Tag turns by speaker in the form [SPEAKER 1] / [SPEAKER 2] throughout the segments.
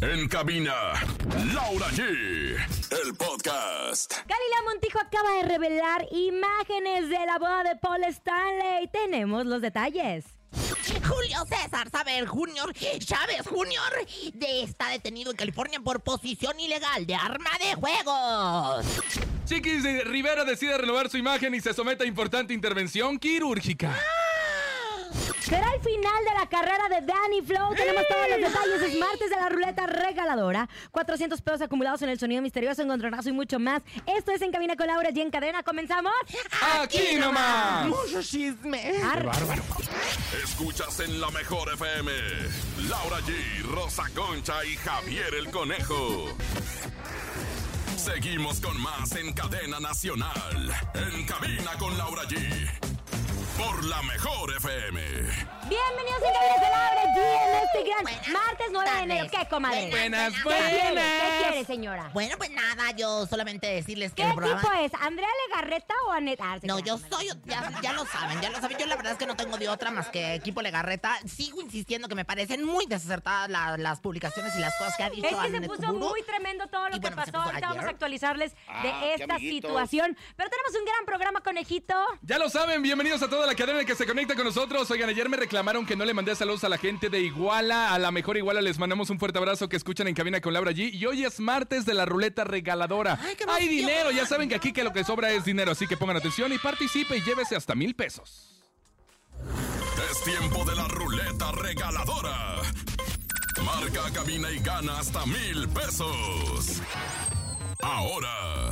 [SPEAKER 1] En cabina, Laura G. El podcast.
[SPEAKER 2] Galilea Montijo acaba de revelar imágenes de la boda de Paul Stanley. Tenemos los detalles.
[SPEAKER 3] Julio César Saber Jr. Chávez Jr. de- está detenido en California por posición ilegal de arma de juegos.
[SPEAKER 4] Chiquis de Rivera decide renovar su imagen y se somete a importante intervención quirúrgica.
[SPEAKER 2] Será el final de la carrera de Danny Flow. Tenemos todos los detalles. Es martes de la ruleta regaladora. 400 pesos acumulados en el sonido misterioso, encontronazo y mucho más. Esto es En Cabina con Laura G en cadena. ¿Comenzamos?
[SPEAKER 3] Ah,
[SPEAKER 4] ¡Aquí nomás!
[SPEAKER 3] Mucho chisme.
[SPEAKER 2] Arre.
[SPEAKER 1] Escuchas en la mejor FM. Laura G, Rosa Concha y Javier el Conejo. Seguimos con más en cadena nacional. En cabina con Laura G. Por la mejor FM.
[SPEAKER 2] Bienvenidos en Cabina con Laura G en este gran
[SPEAKER 3] Buenas
[SPEAKER 2] martes 9 de enero.
[SPEAKER 3] tardes.
[SPEAKER 2] ¿Qué, comadre?
[SPEAKER 3] Buenas,
[SPEAKER 4] Buenas,
[SPEAKER 2] ¿Qué quiere? ¿Qué
[SPEAKER 4] buenas.
[SPEAKER 2] quiere, señora?
[SPEAKER 3] Bueno, pues nada, yo solamente decirles que
[SPEAKER 2] ¿Qué
[SPEAKER 3] el programa...
[SPEAKER 2] tipo es? ¿Andrea Legarreta o Aneta? Ah, se
[SPEAKER 3] No,
[SPEAKER 2] crean,
[SPEAKER 3] yo
[SPEAKER 2] comadre.
[SPEAKER 3] soy, ya, ya lo saben, ya lo saben. Yo la verdad es que no tengo de otra más que equipo Legarreta. Sigo insistiendo que me parecen muy desacertadas la- las publicaciones y las cosas que ha dicho
[SPEAKER 2] Es que se
[SPEAKER 3] Annette
[SPEAKER 2] puso
[SPEAKER 3] Guru.
[SPEAKER 2] muy tremendo todo lo
[SPEAKER 3] Y
[SPEAKER 2] que
[SPEAKER 3] bueno, se
[SPEAKER 2] pasó.
[SPEAKER 3] puso
[SPEAKER 2] Ahorita vamos a
[SPEAKER 3] ayer.
[SPEAKER 2] actualizarles
[SPEAKER 5] Ah,
[SPEAKER 2] de
[SPEAKER 5] qué
[SPEAKER 2] esta
[SPEAKER 5] amiguitos.
[SPEAKER 2] situación. Pero tenemos un gran programa, conejito.
[SPEAKER 4] Ya lo saben, bienvenidos a toda la cadena que se conecta con nosotros. Oigan, ayer me reclamaron que no le mandé saludos a la gente de Iguala. A la mejor Iguala les mandamos un fuerte abrazo que escuchan en cabina con Laura G. Y hoy es martes de la ruleta regaladora.
[SPEAKER 3] Ay, qué
[SPEAKER 4] Hay
[SPEAKER 3] emoción.
[SPEAKER 4] dinero, ya saben que aquí que lo que sobra es dinero. Así que pongan atención y participe y llévese hasta mil pesos.
[SPEAKER 1] Es tiempo de la ruleta regaladora. Marca, cabina y gana hasta mil pesos. Ahora.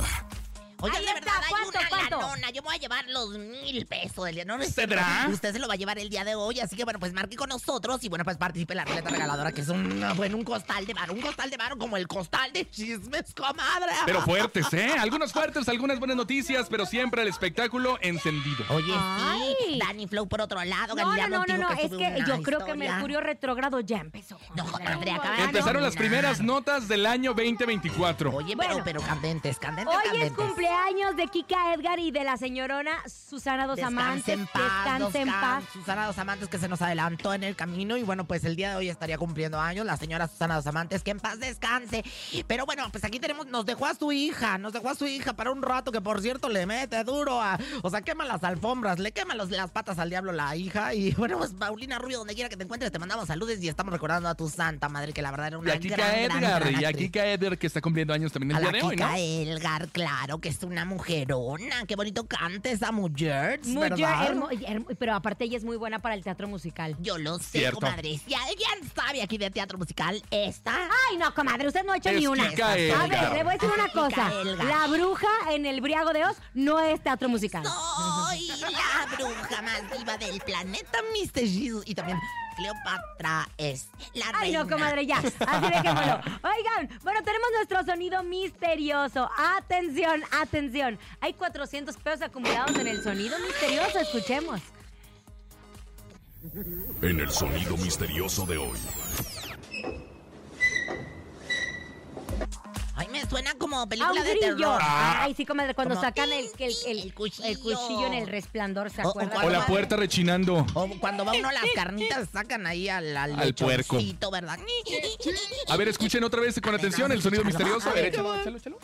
[SPEAKER 3] Oigan,
[SPEAKER 2] Ahí
[SPEAKER 3] de
[SPEAKER 2] está,
[SPEAKER 3] verdad, hay
[SPEAKER 2] ¿cuánto,
[SPEAKER 3] una
[SPEAKER 2] cuánto?
[SPEAKER 3] lanona. Yo me voy a llevar los mil pesos del día. No, no es
[SPEAKER 4] ¿Cedrá?
[SPEAKER 3] cierto. Usted se lo va a llevar el día de hoy. Así que, bueno, pues marque con nosotros. Y, bueno, pues participe en la ruleta regaladora, que es un, bueno, un costal de varo. Un costal de varo como el costal de chismes, comadre.
[SPEAKER 4] Pero fuertes, ¿eh? Algunos fuertes, algunas buenas noticias, pero siempre el espectáculo encendido.
[SPEAKER 3] Oye,
[SPEAKER 2] Ay.
[SPEAKER 3] sí. Danny Flow, por otro lado.
[SPEAKER 2] No,
[SPEAKER 3] Galilea
[SPEAKER 2] no, no, no,
[SPEAKER 3] Montijo,
[SPEAKER 2] no. Es
[SPEAKER 3] sube
[SPEAKER 2] que
[SPEAKER 3] una
[SPEAKER 2] yo creo que
[SPEAKER 3] historia.
[SPEAKER 2] Mercurio retrógrado ya empezó.
[SPEAKER 3] Ah, No, comadre, acaba de
[SPEAKER 4] Empezaron las
[SPEAKER 3] nominar.
[SPEAKER 4] primeras notas del año 2024.
[SPEAKER 3] Oye,
[SPEAKER 2] Bueno.
[SPEAKER 3] pero, pero candentes, candentes,
[SPEAKER 2] Hoy es
[SPEAKER 3] candentes.
[SPEAKER 2] cumpleaños de Kika Edgar y de la señorona Susana Dos
[SPEAKER 3] Descanse
[SPEAKER 2] Amantes.
[SPEAKER 3] en paz,
[SPEAKER 2] Descanse en
[SPEAKER 3] Dos
[SPEAKER 2] paz.
[SPEAKER 3] Cam, Susana Dos Amantes que se nos adelantó en el camino y bueno, pues el día de hoy estaría cumpliendo años la señora Susana Dos Amantes, que en paz descanse. Pero bueno, pues aquí tenemos, nos dejó a su hija, nos dejó a su hija para un rato que por cierto le mete duro a, o sea, quema las alfombras, le quema los- las patas al diablo la hija y bueno, pues Paulina Rubio, donde quiera que te encuentres, te mandamos saludos y estamos recordando a tu santa madre que la verdad era
[SPEAKER 4] Y
[SPEAKER 3] una
[SPEAKER 4] aquí
[SPEAKER 3] gran,
[SPEAKER 4] cae
[SPEAKER 3] gran,
[SPEAKER 4] Edgar,
[SPEAKER 3] gran
[SPEAKER 4] y
[SPEAKER 3] actriz.
[SPEAKER 4] aquí cae Edgar que está cumpliendo años también el
[SPEAKER 3] A
[SPEAKER 4] día
[SPEAKER 3] la
[SPEAKER 4] de hoy, ¿no?
[SPEAKER 3] Kika Elgar, claro, que es una mujerona. Qué bonito canta esa mujer,
[SPEAKER 2] Muy
[SPEAKER 3] ¿verdad?
[SPEAKER 2] hermo- hermo- pero aparte ella es muy buena para el teatro musical.
[SPEAKER 3] Yo lo sé,
[SPEAKER 4] Cierto.
[SPEAKER 3] comadre. Si alguien sabe aquí de teatro musical, esta...
[SPEAKER 2] Ay, no, comadre, usted no ha hecho
[SPEAKER 4] Es
[SPEAKER 2] ni una.
[SPEAKER 4] Kika
[SPEAKER 2] a ver,
[SPEAKER 4] Edgar.
[SPEAKER 2] le voy a decir una
[SPEAKER 3] Es Kika
[SPEAKER 2] cosa.
[SPEAKER 3] Edgar.
[SPEAKER 2] La bruja en el Briago de Oz no es teatro musical.
[SPEAKER 3] Soy la bruja más viva del planeta, Mr. Jesus. Y también Cleopatra es la
[SPEAKER 2] Ay,
[SPEAKER 3] reina.
[SPEAKER 2] no, comadre, ya. Así de que bueno. Oigan, bueno, tenemos nuestro sonido misterioso. Atención, atención. Hay 400 pesos acumulados en el sonido misterioso. Escuchemos.
[SPEAKER 1] En el sonido misterioso de hoy.
[SPEAKER 3] Ay, me suena como
[SPEAKER 2] A un
[SPEAKER 3] película de
[SPEAKER 2] grillo.
[SPEAKER 3] terror.
[SPEAKER 4] Ah.
[SPEAKER 2] Ay, sí, comadre, cuando
[SPEAKER 3] Como
[SPEAKER 2] sacan el, el, el-
[SPEAKER 3] el cuchillo. Oh,
[SPEAKER 2] el cuchillo en el resplandor, ¿se
[SPEAKER 3] O- o
[SPEAKER 2] acuerdan?
[SPEAKER 4] O
[SPEAKER 3] cuando-
[SPEAKER 4] la puerta rechinando.
[SPEAKER 3] O cuando va uno a las carnitas, sacan ahí al, al,
[SPEAKER 4] Al puerco.
[SPEAKER 3] lechoncito, ¿verdad?
[SPEAKER 4] A ver, escuchen otra vez con atención el sonido misterioso. A ver, échalo, échalo, échalo.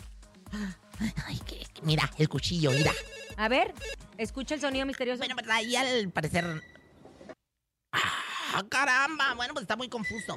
[SPEAKER 3] Ay, que- que- mira, el cuchillo, mira.
[SPEAKER 2] A ver, escucha el sonido misterioso.
[SPEAKER 3] Bueno, pues ahí al parecer. ¡Ah, caramba! Bueno, pues está muy confuso.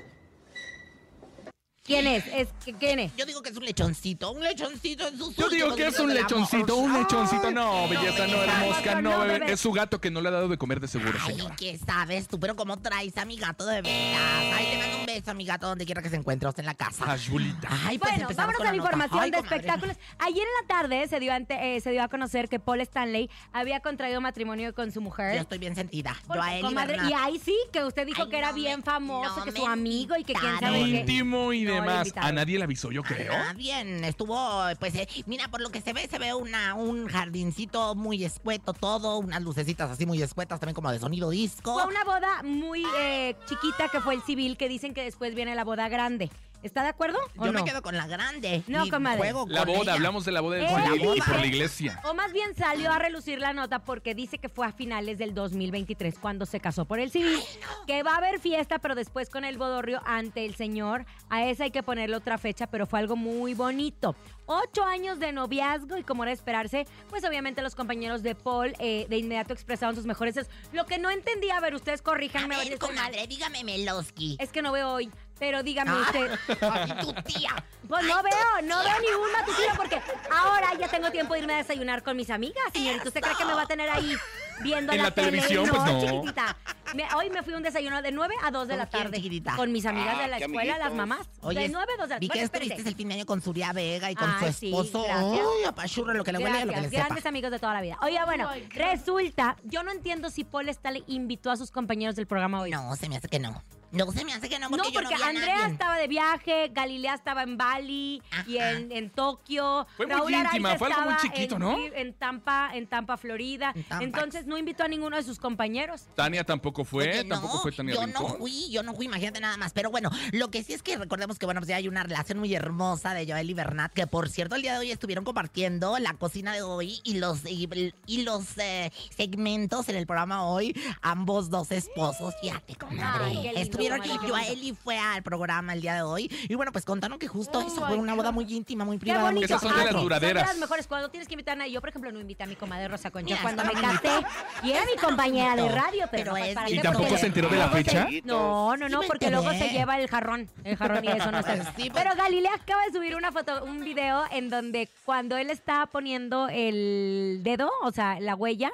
[SPEAKER 2] ¿Quién es? es ¿Quién es?
[SPEAKER 3] Yo digo que es un lechoncito, un lechoncito en sus
[SPEAKER 4] Yo digo
[SPEAKER 3] últimos
[SPEAKER 4] que es
[SPEAKER 3] gritos
[SPEAKER 4] un
[SPEAKER 3] del
[SPEAKER 4] lechoncito,
[SPEAKER 3] amor.
[SPEAKER 4] un lechoncito. No,
[SPEAKER 3] Ay,
[SPEAKER 4] belleza, no,
[SPEAKER 3] bebé.
[SPEAKER 4] hermosca, no,
[SPEAKER 2] No,
[SPEAKER 4] bebé.
[SPEAKER 2] bebé.
[SPEAKER 4] Es su gato que no le ha dado de comer de seguro,
[SPEAKER 3] Ay,
[SPEAKER 4] señora.
[SPEAKER 3] ¿qué sabes tú? Pero ¿cómo traes a mi gato de veras? Ay, le mando un beso a mi gato donde quiera que se encuentre, hasta en la casa.
[SPEAKER 4] Ay, Julita.
[SPEAKER 3] Ay, pues
[SPEAKER 2] Bueno,
[SPEAKER 3] empezamos
[SPEAKER 2] vámonos
[SPEAKER 3] con
[SPEAKER 2] a la
[SPEAKER 3] nota.
[SPEAKER 2] información
[SPEAKER 3] Ay,
[SPEAKER 2] de
[SPEAKER 3] comadre.
[SPEAKER 2] espectáculos. Ayer en la tarde se dio, ante- eh, se dio a conocer que Paul Stanley había contraído matrimonio con su
[SPEAKER 3] Yo
[SPEAKER 2] mujer.
[SPEAKER 3] estoy bien sentida. Yo
[SPEAKER 2] Porque,
[SPEAKER 3] a él y
[SPEAKER 2] comadre,
[SPEAKER 3] Bernat.
[SPEAKER 2] y ahí sí, que usted dijo
[SPEAKER 3] Ay,
[SPEAKER 2] que era
[SPEAKER 3] no
[SPEAKER 2] bien
[SPEAKER 3] me-
[SPEAKER 2] famoso,
[SPEAKER 3] no
[SPEAKER 2] que
[SPEAKER 3] me
[SPEAKER 2] su amigo y que quién sabe
[SPEAKER 3] invitaron.
[SPEAKER 2] qué.
[SPEAKER 4] Íntimo y
[SPEAKER 2] No, le
[SPEAKER 4] demás.
[SPEAKER 2] invitaron.
[SPEAKER 4] A nadie le avisó, yo creo.
[SPEAKER 3] Ah, bien, estuvo, eh, pues, eh, mira, por lo que se ve, se ve una, un jardincito muy escueto todo, unas lucecitas así muy escuetas, también como de sonido disco.
[SPEAKER 2] Fue una boda muy eh, chiquita que fue el civil, que dicen que después viene la boda grande. ¿Está de acuerdo? o
[SPEAKER 3] Yo
[SPEAKER 2] no?
[SPEAKER 3] me quedo con la grande.
[SPEAKER 2] No,
[SPEAKER 3] y
[SPEAKER 2] comadre.
[SPEAKER 3] juego
[SPEAKER 4] La
[SPEAKER 3] con
[SPEAKER 4] boda,
[SPEAKER 3] ella. ¿Eh?
[SPEAKER 4] hablamos de la boda de
[SPEAKER 2] Él
[SPEAKER 4] por la, boda,
[SPEAKER 2] dice-
[SPEAKER 4] por la iglesia.
[SPEAKER 2] O más bien salió a relucir la nota porque dice que fue a finales del 2023 cuando se casó por el civil. Que va a haber fiesta, pero después con el bodorrio ante el señor. A esa hay que ponerle otra fecha, pero fue algo muy bonito. Ocho años de noviazgo y como era de esperarse, pues obviamente los compañeros de Paul eh, de inmediato expresaron sus mejores deseos. Lo que no entendía, a ver, ustedes
[SPEAKER 6] A
[SPEAKER 2] corríjanme.
[SPEAKER 6] ver,
[SPEAKER 2] ahorita estoy mal.
[SPEAKER 6] comadre, dígame Meloski.
[SPEAKER 2] Es que no veo hoy, pero dígame
[SPEAKER 6] Ah.
[SPEAKER 2] usted.
[SPEAKER 6] Ay, tu tía.
[SPEAKER 2] Pues no veo, no veo ni un matutino porque ahora ya tengo tiempo de irme a desayunar con mis amigas, señorita. ¿Usted cree que me va a tener ahí viendo
[SPEAKER 4] En
[SPEAKER 2] la,
[SPEAKER 4] la televisión?
[SPEAKER 2] tele?
[SPEAKER 4] Pues no.
[SPEAKER 2] chiquitita. Me- hoy me fui a un desayuno de 9 a 2 de la
[SPEAKER 3] ¿Cómo quién,
[SPEAKER 2] tarde
[SPEAKER 3] chiquitita?
[SPEAKER 2] con mis amigas de la
[SPEAKER 7] Ah, qué
[SPEAKER 2] escuela, las
[SPEAKER 7] amiguitos.
[SPEAKER 2] mamás. de 9 a 2 de la
[SPEAKER 3] vi que estuviste
[SPEAKER 2] Bueno, espérese.
[SPEAKER 3] el fin de año con Zuria Vega y con
[SPEAKER 2] Ay,
[SPEAKER 3] su
[SPEAKER 2] sí,
[SPEAKER 3] esposo.
[SPEAKER 2] gracias.
[SPEAKER 3] Ay, apachurra lo que le huele y lo que le
[SPEAKER 2] Gracias,
[SPEAKER 3] sepa.
[SPEAKER 2] grandes amigos de toda la vida. Oiga, bueno, resulta, yo no entiendo si Paul está le invitó a sus compañeros del programa hoy.
[SPEAKER 3] No, se me hace que no. No, se me hace que no,
[SPEAKER 2] No,
[SPEAKER 3] porque,
[SPEAKER 2] porque
[SPEAKER 3] yo no vi a
[SPEAKER 2] Andrea
[SPEAKER 3] nadie.
[SPEAKER 2] estaba de viaje, Galilea estaba en Bali y
[SPEAKER 3] Ajá.
[SPEAKER 2] en, en Tokio.
[SPEAKER 4] Fue muy
[SPEAKER 2] Araiza
[SPEAKER 4] íntima, fue algo muy
[SPEAKER 2] estaba
[SPEAKER 4] chiquito,
[SPEAKER 2] en-
[SPEAKER 4] ¿no?
[SPEAKER 2] En Tampa, en Tampa, Florida.
[SPEAKER 3] En Tampa.
[SPEAKER 2] Entonces no invitó a ninguno de sus compañeros.
[SPEAKER 4] Tania tampoco fue,
[SPEAKER 3] Oye,
[SPEAKER 4] tampoco
[SPEAKER 3] no,
[SPEAKER 4] fue Tania
[SPEAKER 3] Yo no
[SPEAKER 4] Rincón.
[SPEAKER 3] fui, yo no fui, imagínate nada más. Pero bueno, lo que sí es que recordemos que, bueno, pues ya hay una relación muy hermosa de Joel y Bernat, que por cierto, el día de hoy estuvieron compartiendo la cocina de hoy y los, y, y los eh, segmentos en el programa hoí, ambos dos esposos. Fíjate, comadre.
[SPEAKER 2] Ay, qué lindo,
[SPEAKER 3] estuvieron,
[SPEAKER 2] comadre, qué
[SPEAKER 3] Joel fue al programa el día de hoy. Y bueno, pues contaron que justo eso fue una boda muy íntima, muy
[SPEAKER 2] Qué
[SPEAKER 3] privada. muy
[SPEAKER 2] bonito.
[SPEAKER 4] Esas son de
[SPEAKER 2] Ah,
[SPEAKER 4] las
[SPEAKER 2] sí,
[SPEAKER 4] duraderas.
[SPEAKER 2] las mejores. Cuando tienes que invitar a nadie. Yo, por ejemplo, no invité a mi comadre Rosa Concha
[SPEAKER 3] Mira,
[SPEAKER 2] cuando me
[SPEAKER 3] está bonito.
[SPEAKER 2] casé. Y era mi compañera de
[SPEAKER 3] bonito.
[SPEAKER 2] radio, pero,
[SPEAKER 3] Pero
[SPEAKER 2] no fue
[SPEAKER 3] es
[SPEAKER 2] para
[SPEAKER 3] bien
[SPEAKER 4] ¿Y
[SPEAKER 2] qué,
[SPEAKER 4] tampoco
[SPEAKER 2] porque-
[SPEAKER 4] se enteró de la fecha?
[SPEAKER 2] No, no, no,
[SPEAKER 3] Sí me
[SPEAKER 2] porque luego
[SPEAKER 3] enteré.
[SPEAKER 2] se lleva el jarrón, el jarrón y eso no está bien.
[SPEAKER 3] Sí, pues.
[SPEAKER 2] Pero Galilea acaba de subir una foto, un video en donde cuando él está poniendo el dedo, o sea, la huella,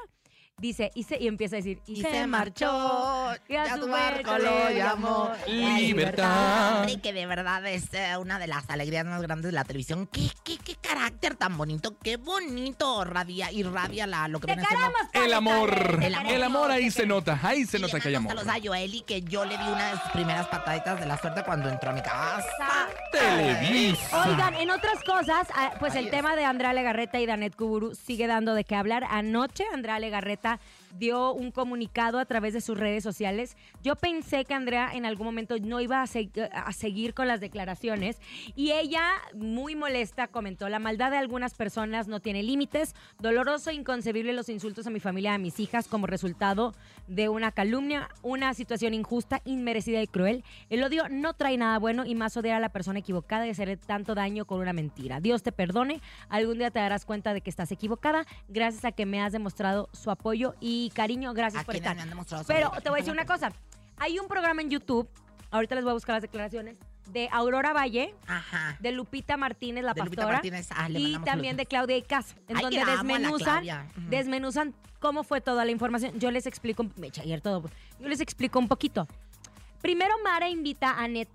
[SPEAKER 2] dice, y, se, y empieza a decir, y, se, marchó, y a su barco lo llamó
[SPEAKER 4] Libertad.
[SPEAKER 3] Hombre, que de verdad es eh, una de las alegrías más grandes de la televisión. Qué, qué, qué carácter tan bonito, qué bonito radia, irradia la, lo que
[SPEAKER 2] ¡Te
[SPEAKER 3] viene siendo-
[SPEAKER 2] queremos,
[SPEAKER 4] El
[SPEAKER 2] Pablo
[SPEAKER 4] amor,
[SPEAKER 2] Carrera!
[SPEAKER 4] el
[SPEAKER 3] El
[SPEAKER 4] amor,
[SPEAKER 3] amor.
[SPEAKER 4] ahí se nota, ahí se
[SPEAKER 3] Y
[SPEAKER 4] nota
[SPEAKER 3] le
[SPEAKER 4] que hay
[SPEAKER 3] mando
[SPEAKER 4] amor.
[SPEAKER 3] saludos a Joeli, que yo le di una de sus primeras pataditas de la suerte cuando entró a mi casa.
[SPEAKER 4] Televisa.
[SPEAKER 2] Oigan, en otras cosas, ah, pues
[SPEAKER 3] Ahí
[SPEAKER 2] el
[SPEAKER 3] está.
[SPEAKER 2] tema de Andrea Legarreta y Danet Kuburu sigue dando de qué hablar. Anoche Andrea Legarreta dio un comunicado a través de sus redes sociales. Yo pensé que Andrea en algún momento no iba a, se- a seguir con las declaraciones y ella, muy molesta, comentó, la maldad de algunas personas no tiene límites, doloroso, inconcebible los insultos a mi familia, a mis hijas como resultado de una calumnia, una situación injusta, inmerecida y cruel. El odio no trae nada bueno y más odiar a la persona equivocada y hacer tanto daño con una mentira. Dios te perdone, algún día te darás cuenta de que estás equivocada, gracias a que me has demostrado su apoyo y cariño, gracias
[SPEAKER 3] ¿A
[SPEAKER 2] por
[SPEAKER 3] quiénes
[SPEAKER 2] estar.
[SPEAKER 3] me han demostrado su
[SPEAKER 2] Pero
[SPEAKER 3] apoyo?
[SPEAKER 2] te voy a decir una cosa, hay un programa en YouTube, ahorita les voy a buscar las declaraciones, de Aurora Valle,
[SPEAKER 3] Ajá.
[SPEAKER 2] de Lupita Martínez, la
[SPEAKER 3] De Lupita
[SPEAKER 2] pastora,
[SPEAKER 3] Martínez. Ah, le
[SPEAKER 2] y
[SPEAKER 3] mandamos
[SPEAKER 2] también de
[SPEAKER 3] saludos.
[SPEAKER 2] Claudia Icazo, en
[SPEAKER 3] Ay,
[SPEAKER 2] donde
[SPEAKER 3] que la amo a la
[SPEAKER 2] desmenuzan,
[SPEAKER 3] Claudia. Ujú.
[SPEAKER 2] desmenuzan cómo fue toda la información. Yo les explico, un- me eché ayer todo, yo les explico un poquito. Primero Mara invita a Anet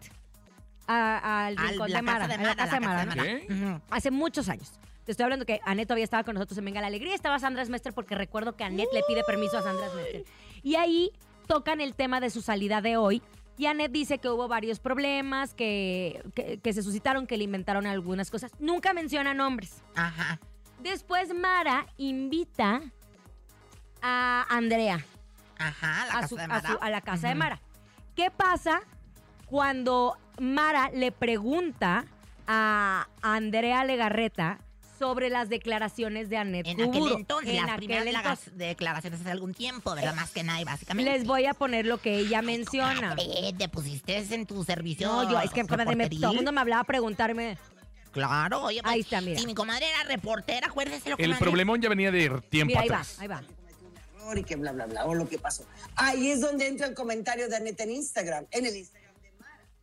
[SPEAKER 2] a- al
[SPEAKER 3] Al-
[SPEAKER 2] rincón
[SPEAKER 3] la
[SPEAKER 2] de Mara,
[SPEAKER 3] casa de
[SPEAKER 2] a la
[SPEAKER 3] Mara,
[SPEAKER 2] casa de Mara, ¿no?
[SPEAKER 4] ¿Qué?
[SPEAKER 3] Ujú.
[SPEAKER 2] hace muchos años. Te estoy hablando que Anet todavía estaba con nosotros en Venga la Alegría. Estaba Sandra Smester porque recuerdo que Anet le pide permiso a Sandra Smester. Y ahí tocan el tema de su salida de hoy. Y Anet dice que hubo varios problemas, que, que- que se suscitaron, que le inventaron algunas cosas. Nunca menciona nombres.
[SPEAKER 3] Ajá.
[SPEAKER 2] Después Mara invita a Andrea
[SPEAKER 3] Ajá. La
[SPEAKER 2] a,
[SPEAKER 3] casa
[SPEAKER 2] su-
[SPEAKER 3] de
[SPEAKER 2] a
[SPEAKER 3] Mara.
[SPEAKER 2] su- a la casa de
[SPEAKER 3] Ujú.
[SPEAKER 2] Mara. ¿Qué pasa cuando Mara le pregunta a Andrea Legarreta sobre las declaraciones de Annette
[SPEAKER 3] En aquel
[SPEAKER 2] Kuburu?
[SPEAKER 3] entonces,
[SPEAKER 2] En
[SPEAKER 3] las
[SPEAKER 2] aquel
[SPEAKER 3] primeras
[SPEAKER 2] entonces. Eh,
[SPEAKER 3] lagas- declaraciones hace algún tiempo, ¿verdad? Más que nada, y básicamente.
[SPEAKER 2] Les voy a poner lo que ella menciona.
[SPEAKER 3] Comadre, te pusiste en tu servicio.
[SPEAKER 2] No, yo, es que comadre, me-
[SPEAKER 3] reporteril.
[SPEAKER 2] todo el mundo me hablaba a preguntarme.
[SPEAKER 3] Claro, oye, pues,
[SPEAKER 2] Ahí está, mira.
[SPEAKER 3] Si mi comadre era reportera, acuérdese lo que
[SPEAKER 4] El problemón ya venía de tiempo
[SPEAKER 2] Mira, ahí va,
[SPEAKER 4] atrás.
[SPEAKER 2] ahí va.
[SPEAKER 8] error y que bla, bla, bla, o lo que pasó. Ahí es donde entra el comentario de Aneta en Instagram, en el Instagram.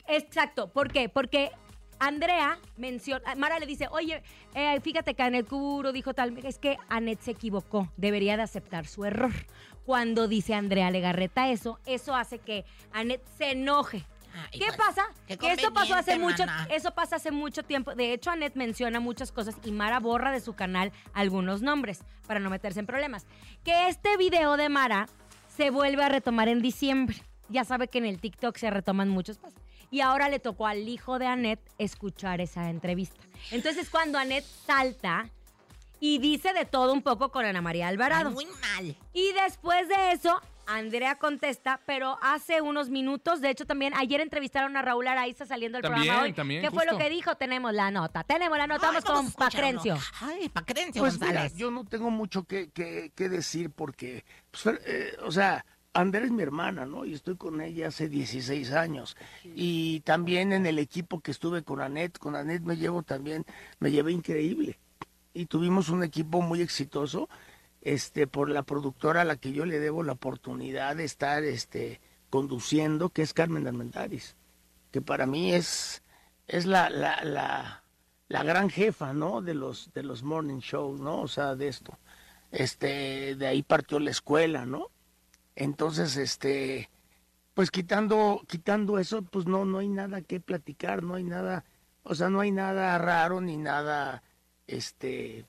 [SPEAKER 2] Exacto, ¿por qué? Porque Andrea menciona, Mara le dice, oye, eh, fíjate que Anet Curo dijo tal, es que Anet se equivocó, debería de aceptar su error. Cuando dice Andrea Legarreta eso, eso hace que Anet se enoje.
[SPEAKER 3] Ay,
[SPEAKER 2] ¿Qué
[SPEAKER 3] pues,
[SPEAKER 2] pasa?
[SPEAKER 3] qué
[SPEAKER 2] Que esto pasó hace
[SPEAKER 3] conveniente,
[SPEAKER 2] mucho,
[SPEAKER 3] mana.
[SPEAKER 2] eso pasa hace mucho tiempo. De hecho, Anet menciona muchas cosas y Mara borra de su canal algunos nombres para no meterse en problemas. Que este video de Mara se vuelve a retomar en diciembre. Ya sabe que en el TikTok se retoman muchos pasos. Y ahora le tocó al hijo de Anet escuchar esa entrevista. Entonces, cuando Anet salta y dice de todo un poco con Ana María
[SPEAKER 3] Ay,
[SPEAKER 2] Alvarado.
[SPEAKER 3] muy mal.
[SPEAKER 2] Y después de eso, Andrea contesta, pero hace unos minutos, de hecho también ayer entrevistaron a Raúl Araiza saliendo del
[SPEAKER 4] También,
[SPEAKER 2] programa hoy.
[SPEAKER 4] también,
[SPEAKER 2] ¿Qué fue lo
[SPEAKER 4] justo.
[SPEAKER 2] que dijo? Tenemos la nota, tenemos la nota,
[SPEAKER 9] Ay,
[SPEAKER 2] vamos,
[SPEAKER 9] vamos a
[SPEAKER 2] con
[SPEAKER 9] escucharlo.
[SPEAKER 2] Pacrencio.
[SPEAKER 9] Ay, Pacrencio
[SPEAKER 10] Pues mira,
[SPEAKER 9] González.
[SPEAKER 10] yo no tengo mucho que, que- que decir porque, pues, Fer- eh, o sea, Andrea es mi hermana, ¿no? Y estoy con ella hace 16 años. Y también en el equipo que estuve con Anet, con Anet me llevo también, me llevé increíble. Y tuvimos un equipo muy exitoso, este, por la productora a la que yo le debo la oportunidad de estar, este, conduciendo, que es Carmen de Armendáriz, que para mí es, es la, la, la, la gran jefa, ¿no? De los, de los morning shows, ¿no? O sea, de esto. Este, de ahí partió la escuela, ¿no? Entonces, este, pues quitando, quitando eso, pues no, no hay nada que platicar, no hay nada, o sea, no hay nada raro ni nada, este,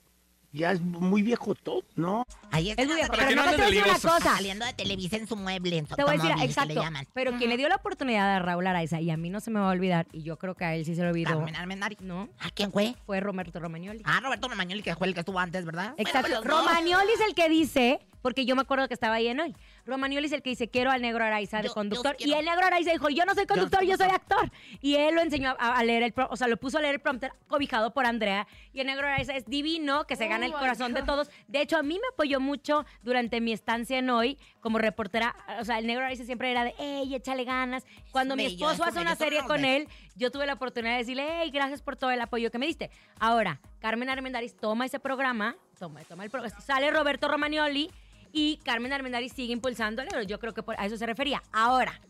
[SPEAKER 10] ya es muy viejo todo, ¿no?
[SPEAKER 3] Ahí está.
[SPEAKER 2] Es muy bien,
[SPEAKER 4] Para que
[SPEAKER 2] pero
[SPEAKER 4] no
[SPEAKER 2] no te voy
[SPEAKER 4] anden
[SPEAKER 2] a decir una
[SPEAKER 4] deliriosos.
[SPEAKER 2] cosa.
[SPEAKER 3] Saliendo de Televisa en su mueble, en su
[SPEAKER 2] Te voy a decir,
[SPEAKER 3] automóvil, que le
[SPEAKER 2] exacto.
[SPEAKER 3] llaman.
[SPEAKER 2] Pero quien le dio la oportunidad a Raúl Araiza, y a mí no se me va a olvidar, y yo creo que a él sí se lo olvidó,
[SPEAKER 3] Carmen Armendariz.
[SPEAKER 2] ¿no?
[SPEAKER 3] ¿A Ah, quién fue?
[SPEAKER 2] Fue Roberto Romagnoli.
[SPEAKER 3] Ah, Roberto Romagnoli, que fue el que estuvo antes, ¿verdad?
[SPEAKER 2] Exacto.
[SPEAKER 3] Bueno, pues los dos.
[SPEAKER 2] Romagnoli es el que dice, porque yo me acuerdo que estaba ahí en hoy. Romagnoli es el que dice, quiero al negro Araiza de
[SPEAKER 3] Yo- yo
[SPEAKER 2] conductor. Y
[SPEAKER 3] quiero-
[SPEAKER 2] el negro Araiza dijo, yo no soy conductor, yo soy actor. Y él lo enseñó a, a leer el pro- o sea, lo puso a leer el prompter cobijado por Andrea. Y el negro Araiza es divino, que se gana el
[SPEAKER 3] Oh
[SPEAKER 2] corazón de todos. De hecho, a mí me apoyó mucho durante mi estancia en hoy como reportera. O sea, el negro Araiza siempre era de, hey, échale ganas. Cuando mi
[SPEAKER 3] bello, es
[SPEAKER 2] esposo
[SPEAKER 3] un
[SPEAKER 2] hace una
[SPEAKER 3] bello, son
[SPEAKER 2] serie
[SPEAKER 3] unos
[SPEAKER 2] con
[SPEAKER 3] bellos.
[SPEAKER 2] él, él, yo tuve la oportunidad de decirle, hey, gracias por todo el apoyo que me diste. Ahora, Carmen Armendariz toma ese programa, toma, toma el pro- sale Roberto Romagnoli y Carmen Armendariz sigue impulsando el euro. Yo creo que por- a eso se refería. Ahora,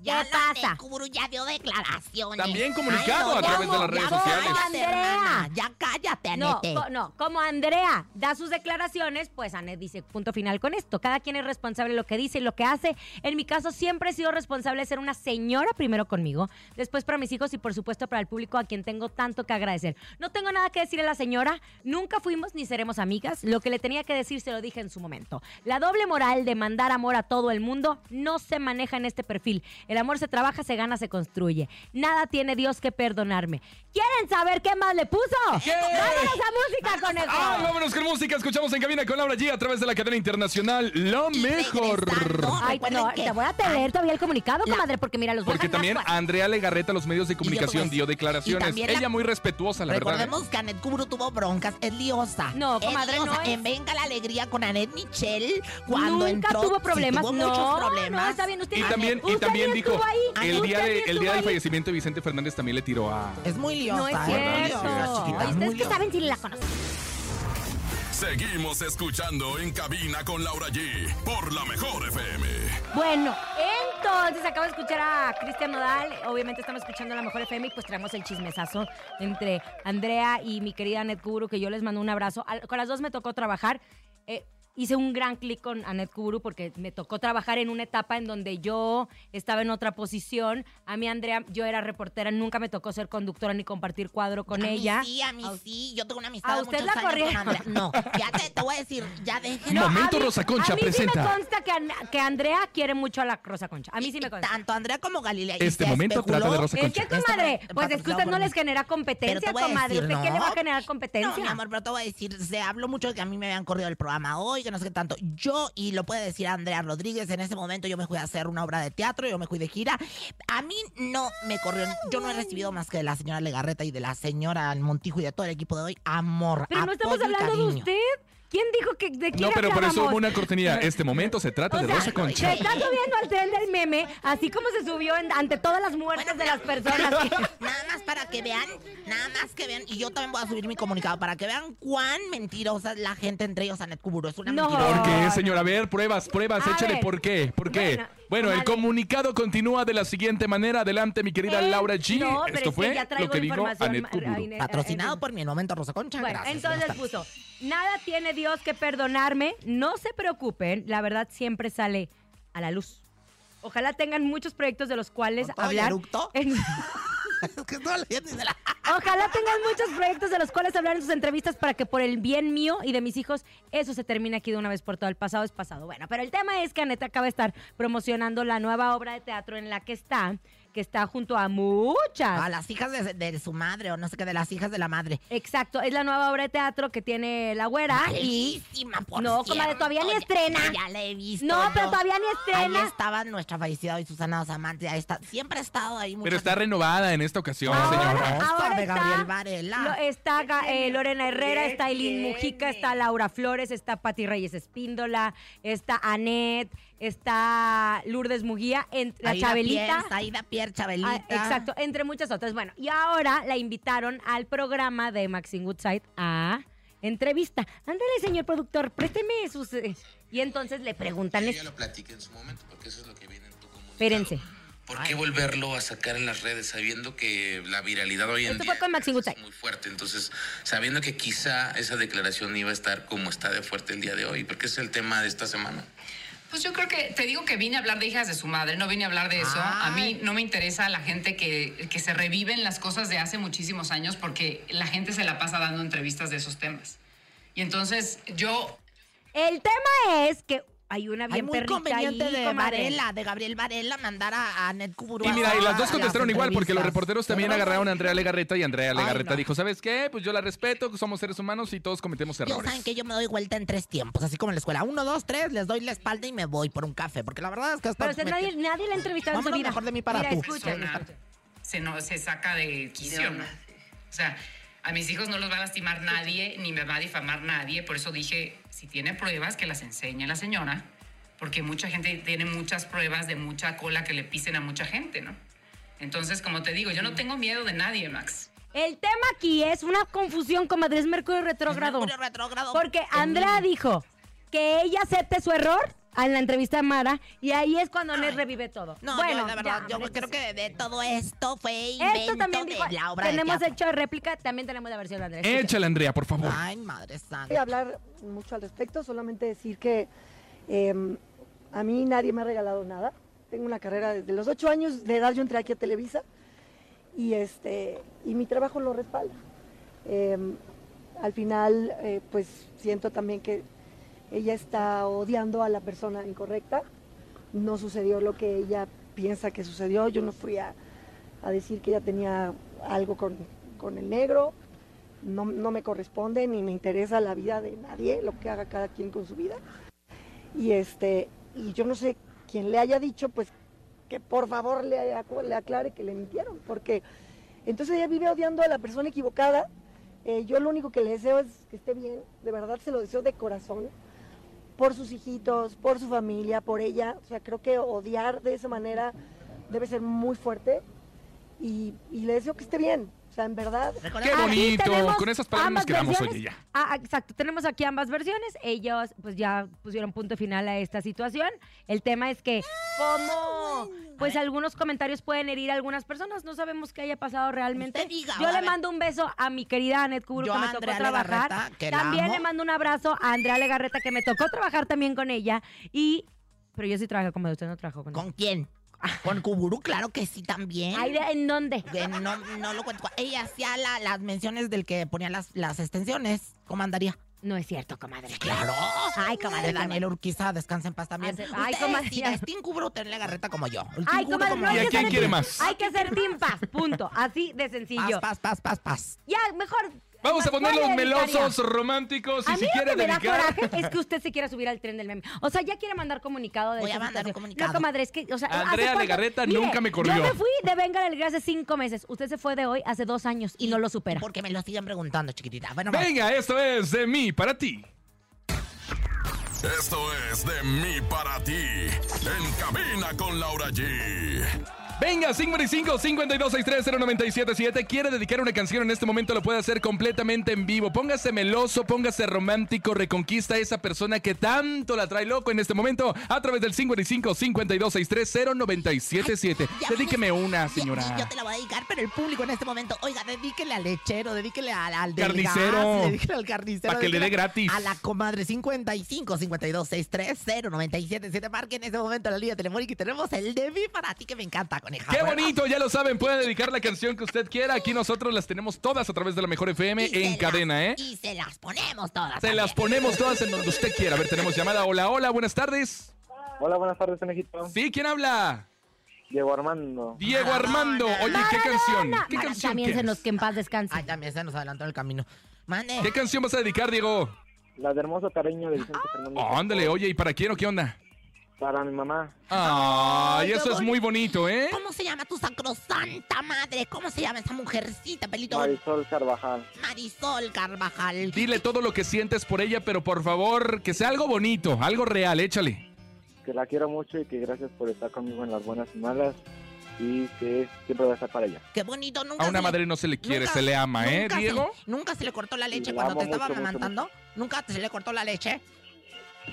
[SPEAKER 3] Ya
[SPEAKER 2] ¿qué
[SPEAKER 3] la
[SPEAKER 2] pasa?
[SPEAKER 3] Tecuru ya dio declaraciones.
[SPEAKER 4] También comunicado a través de las redes
[SPEAKER 3] ya
[SPEAKER 4] sociales.
[SPEAKER 3] cállate,
[SPEAKER 2] Andrea.
[SPEAKER 3] hermana, Ya cállate,
[SPEAKER 2] No,
[SPEAKER 3] Anete.
[SPEAKER 2] co- no, como Andrea da sus declaraciones, pues Anet dice punto final con esto. Cada quien es responsable de lo que dice y lo que hace. En mi caso siempre he sido responsable de ser una señora primero conmigo, después para mis hijos y por supuesto para el público a quien tengo tanto que agradecer. No tengo nada que decirle a la señora, nunca fuimos ni seremos amigas. Lo que le tenía que decir se lo dije en su momento. La doble moral de mandar amor a todo el mundo no se maneja en este perfil. El amor se trabaja, se gana, se construye. Nada tiene Dios que perdonarme. ¿Quieren saber qué más le puso?
[SPEAKER 4] ¿Qué?
[SPEAKER 2] ¡Vámonos a música,
[SPEAKER 4] ¡Ay,
[SPEAKER 2] conejo!
[SPEAKER 4] Ah, vámonos con música! Escuchamos en cabina con Laura G a través de la cadena internacional Lo
[SPEAKER 3] Y
[SPEAKER 4] Mejor.
[SPEAKER 3] regresando,
[SPEAKER 2] Ay,
[SPEAKER 3] recuerden
[SPEAKER 2] no,
[SPEAKER 3] que-
[SPEAKER 2] te voy a tener todavía el comunicado, comadre, porque mira, los voy a
[SPEAKER 4] Porque
[SPEAKER 2] dejar
[SPEAKER 4] también ah,
[SPEAKER 2] más
[SPEAKER 4] Andrea Legarreta, los medios de
[SPEAKER 3] Y
[SPEAKER 4] comunicación,
[SPEAKER 3] yo, pues,
[SPEAKER 4] dio
[SPEAKER 3] y
[SPEAKER 4] declaraciones.
[SPEAKER 3] también la-
[SPEAKER 4] Ella muy respetuosa, la verdad.
[SPEAKER 3] Recordemos que Anet Kuburu tuvo broncas, es liosa.
[SPEAKER 2] No, comadre,
[SPEAKER 3] Es
[SPEAKER 2] no
[SPEAKER 3] liosa.
[SPEAKER 2] es-
[SPEAKER 3] En Venga la Alegría con Anet Michelle, cuando
[SPEAKER 2] Nunca
[SPEAKER 3] entró,
[SPEAKER 2] tuvo
[SPEAKER 3] sí,
[SPEAKER 2] problemas.
[SPEAKER 3] tuvo
[SPEAKER 2] no,
[SPEAKER 3] muchos problemas.
[SPEAKER 2] no, está bien. Usted,
[SPEAKER 4] Y también, y
[SPEAKER 2] usted
[SPEAKER 4] también
[SPEAKER 2] ni
[SPEAKER 4] dijo,
[SPEAKER 2] estuvo ahí.
[SPEAKER 4] el
[SPEAKER 2] Usted
[SPEAKER 4] día,
[SPEAKER 2] ni
[SPEAKER 4] de, el
[SPEAKER 2] estuvo
[SPEAKER 4] día del
[SPEAKER 2] ahí.
[SPEAKER 4] fallecimiento de Vicente Fernández también le tiró a...
[SPEAKER 9] Es muy liosa.
[SPEAKER 2] No es
[SPEAKER 9] ¿eh?
[SPEAKER 4] Ay,
[SPEAKER 2] cierto.
[SPEAKER 4] no,
[SPEAKER 9] chiquita,
[SPEAKER 2] Ay,
[SPEAKER 9] muy
[SPEAKER 2] ustedes que
[SPEAKER 9] liosa.
[SPEAKER 2] saben si la conocen.
[SPEAKER 1] Seguimos escuchando en cabina con Laura G por la mejor FM.
[SPEAKER 2] Bueno, entonces acabo de escuchar a Cristian Nodal. Obviamente estamos escuchando la mejor FM y pues traemos el chismesazo entre Andrea y mi querida Anet Kuburu, que yo les mando un abrazo. Al- Con las dos me tocó trabajar. Eh, hice un gran clic con Anet Kuburu porque me tocó trabajar en una etapa en donde yo estaba en otra posición. A mí, Andrea, yo era reportera, nunca me tocó ser conductora ni compartir cuadro con
[SPEAKER 3] a mí
[SPEAKER 2] ella.
[SPEAKER 3] sí, a mí
[SPEAKER 2] A-
[SPEAKER 3] sí. Yo tengo una amistad
[SPEAKER 2] ¿A
[SPEAKER 3] de
[SPEAKER 2] usted
[SPEAKER 3] muchos
[SPEAKER 2] la
[SPEAKER 3] años con
[SPEAKER 2] corrieron?
[SPEAKER 3] Andrea. No, ya te, te voy a decir, ya déjenme.
[SPEAKER 2] No,
[SPEAKER 4] Momento
[SPEAKER 2] a mí-
[SPEAKER 4] Rosa Concha
[SPEAKER 2] a mí Sí
[SPEAKER 4] presenta.
[SPEAKER 2] me consta que, An- que Andrea quiere mucho a la Rosa Concha. A mí sí me consta.
[SPEAKER 3] Tanto Andrea como Galilea. y
[SPEAKER 4] Este
[SPEAKER 3] se
[SPEAKER 4] momento
[SPEAKER 3] especuló-
[SPEAKER 4] trata de Rosa
[SPEAKER 2] Es que,
[SPEAKER 4] Concha.
[SPEAKER 2] comadre,
[SPEAKER 3] Este-
[SPEAKER 2] pues es que usted no les genera
[SPEAKER 3] Pero te
[SPEAKER 2] competencia,
[SPEAKER 3] voy a
[SPEAKER 2] comadre.
[SPEAKER 3] decir,
[SPEAKER 2] ¿Usted qué le va a
[SPEAKER 3] no.
[SPEAKER 2] generar
[SPEAKER 3] No, mi
[SPEAKER 2] competencia?
[SPEAKER 3] amor, pero te voy a decir, se habló mucho de que a mí me habían corrido el programa hoy, que no sé qué tanto. Yo, y lo puede decir Andrea Rodríguez, en ese momento yo me fui a hacer una obra de teatro, yo me fui de gira. A mí no me corrió, yo no he recibido más que de la señora Legarreta y de la señora Montijo y de todo el equipo de hoy amor.
[SPEAKER 2] Pero no estamos
[SPEAKER 3] apoyo y
[SPEAKER 2] hablando de
[SPEAKER 3] cariño.
[SPEAKER 2] usted. ¿Quién dijo que de quién
[SPEAKER 4] No, pero por eso
[SPEAKER 2] hablábamos?
[SPEAKER 4] hubo una cortinilla. Este momento se trata
[SPEAKER 2] O
[SPEAKER 4] de
[SPEAKER 2] sea,
[SPEAKER 4] Rosa Concha.
[SPEAKER 2] Se está subiendo al tren del meme, así como se subió en- ante todas las muertes de las personas.
[SPEAKER 3] Nada más para que vean, nada más que vean, y yo también voy a subir mi comunicado para que vean cuán mentirosa es la gente, entre ellos Anet Kuburu. Es una
[SPEAKER 2] No.
[SPEAKER 3] mentirosa.
[SPEAKER 4] ¿Por qué,
[SPEAKER 2] Ay.
[SPEAKER 4] señora? A ver, pruebas, pruebas,
[SPEAKER 2] Ah, A
[SPEAKER 4] échale
[SPEAKER 2] ver.
[SPEAKER 4] por qué, por qué.
[SPEAKER 2] Bueno,
[SPEAKER 4] Bueno,
[SPEAKER 2] comadre.
[SPEAKER 4] el comunicado continúa de la siguiente manera. Adelante, mi querida
[SPEAKER 2] Eh,
[SPEAKER 4] Laura G.
[SPEAKER 2] no, pero es que
[SPEAKER 4] Esto fue
[SPEAKER 2] ya traigo
[SPEAKER 4] lo que dijo
[SPEAKER 2] información,
[SPEAKER 4] Anet
[SPEAKER 2] ma-
[SPEAKER 4] Kuburu.
[SPEAKER 2] ay, ne-
[SPEAKER 3] Patrocinado por mi momento Rosa Concha.
[SPEAKER 2] Eh, Bueno,
[SPEAKER 3] gracias,
[SPEAKER 2] entonces pues,
[SPEAKER 3] buenas tardes.
[SPEAKER 2] puso, nada tiene Dios que perdonarme, no se preocupen, la verdad siempre sale a la luz. Ojalá tengan muchos proyectos de los cuales
[SPEAKER 3] ¿Con todo el
[SPEAKER 2] hablar.
[SPEAKER 3] eructo?
[SPEAKER 2] en-
[SPEAKER 3] Es que no le entiendes de la-
[SPEAKER 2] Ojalá tengan muchos proyectos de los cuales hablar en sus entrevistas para que por el bien mío y de mis hijos eso se termine aquí de una vez por todo. El pasado es pasado. Bueno, pero el tema es que Aneta acaba de estar promocionando la nueva obra de teatro en la que está, que está junto a muchas.
[SPEAKER 3] A las hijas de, de su madre, o no sé qué, de las hijas de la madre.
[SPEAKER 2] Exacto, es la nueva obra de teatro que tiene la güera.
[SPEAKER 3] Malísima, por
[SPEAKER 2] No, comadre,
[SPEAKER 3] cierto,
[SPEAKER 2] todavía ni
[SPEAKER 3] ya-
[SPEAKER 2] estrena.
[SPEAKER 3] Ya la he visto.
[SPEAKER 2] No, pero todavía ni
[SPEAKER 3] Ahí
[SPEAKER 2] estrena.
[SPEAKER 3] estaba nuestra felicidad y Susana dos Amantes. Ahí está. Siempre ha estado ahí.
[SPEAKER 4] Pero
[SPEAKER 3] muchas
[SPEAKER 4] está renovada en esta ocasión,
[SPEAKER 2] Ahora,
[SPEAKER 4] señora.
[SPEAKER 2] ahora
[SPEAKER 3] Búscame,
[SPEAKER 2] está,
[SPEAKER 3] Gabriel Varela.
[SPEAKER 2] lo- está Ga- eh, Lorena Herrera, está Aileen Mujica, está Laura Flores, está Pati Reyes Espíndola, está Anet, está Lourdes Muguía, en- la
[SPEAKER 3] Aida
[SPEAKER 2] Chabelita.
[SPEAKER 3] Pierce, Aida Pierre, Chabelita.
[SPEAKER 2] Ah, exacto, entre muchas otras. Bueno, y ahora la invitaron al programa de Maxine Woodside a entrevista. Ándale, señor productor, présteme sus... eh, Y entonces le preguntan...
[SPEAKER 11] Yo ya lo platiqué en su momento, porque eso es lo que viene en tu comunicado.
[SPEAKER 2] Espérense.
[SPEAKER 11] ¿Por qué volverlo a sacar en las redes sabiendo que la viralidad hoy en
[SPEAKER 2] Esto
[SPEAKER 11] día
[SPEAKER 2] fue con Maxine Woodside.
[SPEAKER 11] es muy fuerte? Entonces, sabiendo que quizá esa declaración iba a estar como está de fuerte el día de hoy, porque es el tema de esta semana.
[SPEAKER 12] Pues yo creo que, te digo que vine a hablar de hijas de su madre, no vine a hablar de eso. A mí no me interesa la gente que, que se reviven las cosas de hace muchísimos años porque la gente se la pasa dando entrevistas de esos temas. Y entonces yo
[SPEAKER 2] El tema es que hay una
[SPEAKER 3] Ay,
[SPEAKER 2] bien
[SPEAKER 3] muy
[SPEAKER 2] perrita
[SPEAKER 3] conveniente
[SPEAKER 2] ahí,
[SPEAKER 3] de
[SPEAKER 2] comadre.
[SPEAKER 3] Varela, de Gabriel Varela, mandar a, a Ned Kuburu.
[SPEAKER 4] Y mira, y las dos
[SPEAKER 3] a
[SPEAKER 4] contestaron igual, porque los
[SPEAKER 3] entrevistas.
[SPEAKER 4] reporteros también agarraron a Andrea Legarreta y Andrea Legarreta
[SPEAKER 3] no.
[SPEAKER 4] dijo, ¿sabes qué? Pues yo la respeto, somos seres humanos y todos cometemos
[SPEAKER 3] Yo
[SPEAKER 4] errores.
[SPEAKER 3] saben que yo me doy vuelta en tres tiempos, así como en la escuela. Uno, dos, tres, les doy la espalda y me voy por un café, porque la verdad es que hasta
[SPEAKER 2] Pero o sea,
[SPEAKER 3] me-
[SPEAKER 2] nadie, nadie la ha entrevistado en su
[SPEAKER 3] Vámonos
[SPEAKER 2] vida.
[SPEAKER 3] mejor de mí para
[SPEAKER 2] Mira,
[SPEAKER 3] tú.
[SPEAKER 2] escucha.
[SPEAKER 12] persona se, no, se saca de quicio, ¿no? O sea, a mis hijos no los va a lastimar nadie, ni me va a difamar nadie. Por eso dije, si tiene pruebas, que las enseñe la señora, porque mucha gente tiene muchas pruebas de mucha cola que le pisen a mucha gente, ¿no? Entonces, como te digo, yo no tengo miedo de nadie, Max.
[SPEAKER 2] El tema aquí es una confusión, comadre, es Mercurio retrógrado.
[SPEAKER 3] Mercurio retrógrado.
[SPEAKER 2] Porque Andrea
[SPEAKER 3] Mm.
[SPEAKER 2] dijo que ella acepte su error en la entrevista a Mara y ahí es cuando Ned revive todo.
[SPEAKER 3] No,
[SPEAKER 2] bueno,
[SPEAKER 3] yo, la verdad,
[SPEAKER 2] ya,
[SPEAKER 3] yo
[SPEAKER 2] hombre,
[SPEAKER 3] creo que de todo esto fue invento
[SPEAKER 2] Esto también
[SPEAKER 3] de
[SPEAKER 2] dijo,
[SPEAKER 3] la obra de
[SPEAKER 2] tenemos el
[SPEAKER 3] teatro.
[SPEAKER 2] show de réplica, también tenemos la versión de Andrea. Escucha.
[SPEAKER 4] Échale, Andrea, por favor.
[SPEAKER 3] Ay, madre
[SPEAKER 8] voy a
[SPEAKER 3] santa.
[SPEAKER 8] hablar mucho al respecto, solamente decir que eh, a mí nadie me ha regalado nada. Tengo una carrera desde los ocho años de edad, yo entré aquí a Televisa y, este, y mi trabajo lo respalda. Eh, al final, eh, pues siento también que ella está odiando a la persona incorrecta. No sucedió lo que ella piensa que sucedió. Yo no fui a, a decir que ella tenía algo con, con el negro. No, no me corresponde ni me interesa la vida de nadie, lo que haga cada quien con su vida. Y este, y yo no sé quién le haya dicho, pues que por favor le, ac- le aclare que le mintieron, porque entonces ella vive odiando a la persona equivocada. Eh, yo lo único que le deseo es que esté bien, de verdad se lo deseo de corazón, por sus hijitos, por su familia, por ella. O sea, creo que odiar de esa manera debe ser muy fuerte y, y le deseo que esté bien. O sea, en verdad,
[SPEAKER 4] Qué
[SPEAKER 2] Aquí
[SPEAKER 4] bonito.
[SPEAKER 2] tenemos
[SPEAKER 4] Con esas palabras nos
[SPEAKER 2] ambas
[SPEAKER 4] quedamos,
[SPEAKER 2] versiones.
[SPEAKER 4] oye, ya.
[SPEAKER 2] Ah, ah, exacto, tenemos aquí ambas versiones. Ellos pues ya pusieron punto final a esta situación. El tema es que
[SPEAKER 3] Ah,
[SPEAKER 2] como pues algunos comentarios pueden herir a algunas personas, no sabemos qué haya pasado realmente.
[SPEAKER 3] Usted diga,
[SPEAKER 2] Yo
[SPEAKER 3] a
[SPEAKER 2] le
[SPEAKER 3] ver.
[SPEAKER 2] mando un beso a mi querida Anet Kuburu
[SPEAKER 3] Yo
[SPEAKER 2] que
[SPEAKER 3] a
[SPEAKER 2] me tocó
[SPEAKER 3] Andrea
[SPEAKER 2] trabajar.
[SPEAKER 3] Legarreta, que la
[SPEAKER 2] también
[SPEAKER 3] amo.
[SPEAKER 2] le mando un abrazo a Andrea Legarreta que me tocó trabajar también con ella y pero yo sí trabajé con ella, usted no trabajó con ella.
[SPEAKER 3] ¿Con quién? ¿Con Kuburu? Claro que sí, también.
[SPEAKER 2] Ay, ¿de- ¿en dónde?
[SPEAKER 3] Que no, no lo cuento. Ella hacía la- las menciones del que ponía las, las extensiones. ¿Cómo andaría?
[SPEAKER 2] No es cierto, comadre.
[SPEAKER 3] Claro.
[SPEAKER 2] Ay, comadre,
[SPEAKER 3] De Daniel
[SPEAKER 2] comadre.
[SPEAKER 3] Urquiza, descansa en paz también.
[SPEAKER 2] Hace- ay,
[SPEAKER 3] Ustedes,
[SPEAKER 2] comadre,
[SPEAKER 3] mira,
[SPEAKER 2] ya.
[SPEAKER 3] es Team Kuburu, tenle garreta como yo. El Team
[SPEAKER 2] Ay,
[SPEAKER 3] Kuburu
[SPEAKER 2] comadre,
[SPEAKER 3] como
[SPEAKER 2] no hay
[SPEAKER 3] yo.
[SPEAKER 4] ¿Y a
[SPEAKER 2] que
[SPEAKER 4] quién
[SPEAKER 2] ser
[SPEAKER 4] quiere
[SPEAKER 2] team-
[SPEAKER 4] más?
[SPEAKER 2] Hay que ser team paz, punto. Así de sencillo.
[SPEAKER 3] Paz, paz, paz, paz, paz.
[SPEAKER 2] Ya, mejor.
[SPEAKER 4] Vamos a
[SPEAKER 2] ¿cuál
[SPEAKER 4] poner los
[SPEAKER 2] le dedicaría?
[SPEAKER 4] melosos románticos
[SPEAKER 2] A
[SPEAKER 4] y
[SPEAKER 2] mí
[SPEAKER 4] si
[SPEAKER 2] lo
[SPEAKER 4] quiere
[SPEAKER 2] que me da
[SPEAKER 4] dedicar.
[SPEAKER 2] coraje es que usted se quiera subir al tren del meme. O sea, ya quiere mandar comunicado de
[SPEAKER 3] Voy a
[SPEAKER 2] esta
[SPEAKER 3] mandar un
[SPEAKER 2] situación.
[SPEAKER 3] comunicado.
[SPEAKER 2] No, comadre, es que, o sea,
[SPEAKER 4] Andrea
[SPEAKER 2] ¿hace cuánto?
[SPEAKER 4] Legarreta
[SPEAKER 2] Mire,
[SPEAKER 4] nunca me corrió.
[SPEAKER 2] Yo me fui de Venga del hace cinco meses. Usted se fue de hoy hace dos años y no lo supera.
[SPEAKER 3] Porque me lo siguen preguntando, chiquitita. Bueno, va.
[SPEAKER 4] Venga, esto es de mí para ti.
[SPEAKER 1] Esto es de mí para ti. En cabina con Laura G.
[SPEAKER 4] Venga, 55 52 63 0977 Quiere dedicar una canción en este momento, lo puede hacer completamente en vivo. Póngase meloso, póngase romántico, reconquista a esa persona que tanto la trae loco en este momento a través del 55 52 63 0977
[SPEAKER 3] Ya
[SPEAKER 4] Dedíqueme
[SPEAKER 3] vamos.
[SPEAKER 4] una,
[SPEAKER 3] Ya-
[SPEAKER 4] señora.
[SPEAKER 3] Yo te la voy a dedicar, pero el público en este momento, oiga, dedíquele al lechero, dedíquele al, al del
[SPEAKER 4] Carnicero.
[SPEAKER 3] gas, dedíquele al carnicero.
[SPEAKER 4] Pa' que le dé
[SPEAKER 3] dedíquele
[SPEAKER 4] gratis.
[SPEAKER 3] A la comadre 55 52 63 0 97 7 Marque en este momento la línea telefónica y tenemos el de mí para ti que me encanta, coneja.
[SPEAKER 4] ¡Qué
[SPEAKER 3] Bueno,
[SPEAKER 4] bonito! Ya lo saben, puede dedicar la canción que usted quiera. Aquí nosotros las tenemos todas a través de la Mejor FM
[SPEAKER 3] y se
[SPEAKER 4] en
[SPEAKER 3] las-
[SPEAKER 4] cadena, ¿eh?
[SPEAKER 3] Y se las ponemos todas.
[SPEAKER 4] Se las ponemos todas en donde usted quiera. A ver, tenemos llamada. Hola, hola, buenas tardes.
[SPEAKER 13] Hola, buenas tardes, conejito.
[SPEAKER 4] Sí, ¿quién habla?
[SPEAKER 11] Diego Armando.
[SPEAKER 4] Diego Armando. Oye, ¿qué canción? ¿Qué
[SPEAKER 2] Ahora
[SPEAKER 4] canción
[SPEAKER 2] También se
[SPEAKER 4] quieres?
[SPEAKER 2] nos que en paz descanse.
[SPEAKER 3] Ay, también se nos adelantó el camino. Mande.
[SPEAKER 4] ¿Qué canción vas a dedicar, Diego?
[SPEAKER 11] La de hermoso cariño de Vicente Fernández.
[SPEAKER 4] Oh, ándale, oye, ¿y para quién o qué onda?
[SPEAKER 11] Para mi mamá.
[SPEAKER 4] Ay,
[SPEAKER 3] qué
[SPEAKER 4] eso es muy bonito, ¿eh?
[SPEAKER 3] ¿Cómo se llama tu sacrosanta madre? ¿Cómo se llama esa mujercita, pelito?
[SPEAKER 11] Marisol Carvajal.
[SPEAKER 3] Marisol Carvajal.
[SPEAKER 4] Dile todo lo que sientes por ella, pero por favor, que sea algo bonito, algo real, échale.
[SPEAKER 11] Que la quiero mucho y que gracias por estar conmigo en las buenas y malas. Y que siempre voy a estar para ella.
[SPEAKER 3] Qué bonito, nunca.
[SPEAKER 4] A
[SPEAKER 3] se
[SPEAKER 4] una
[SPEAKER 3] le-
[SPEAKER 4] madre no se le quiere,
[SPEAKER 3] nunca-
[SPEAKER 4] se le ama, ¿eh,
[SPEAKER 3] nunca se-
[SPEAKER 4] Diego?
[SPEAKER 3] nunca se le cortó la leche
[SPEAKER 11] La
[SPEAKER 3] cuando
[SPEAKER 11] amo
[SPEAKER 3] te estaba
[SPEAKER 11] mucho, mucho,
[SPEAKER 3] amamantando. Nunca se le cortó la leche.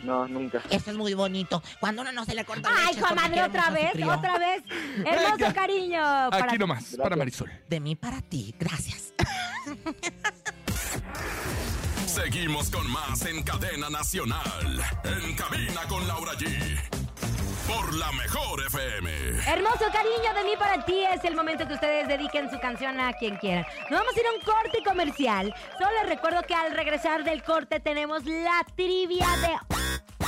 [SPEAKER 11] No, nunca.
[SPEAKER 3] Eso es muy bonito. Cuando uno no se le corta la
[SPEAKER 2] Ay,
[SPEAKER 3] leche. es porque
[SPEAKER 2] comadre,
[SPEAKER 3] quiere
[SPEAKER 2] otra
[SPEAKER 3] mucho a su
[SPEAKER 2] vez,
[SPEAKER 3] crío.
[SPEAKER 2] otra vez. Hermoso
[SPEAKER 4] Venga.
[SPEAKER 2] cariño. para
[SPEAKER 4] Aquí nomás, para Marisol.
[SPEAKER 3] De mí para ti. Gracias.
[SPEAKER 1] Seguimos con más en Cadena Nacional. En cabina con Laura G. Por la mejor FM.
[SPEAKER 2] Hermoso cariño de mí para ti es el momento que ustedes dediquen su canción a quien quieran. Nos vamos a ir a un corte comercial. Solo les recuerdo que al regresar del corte tenemos la trivia de...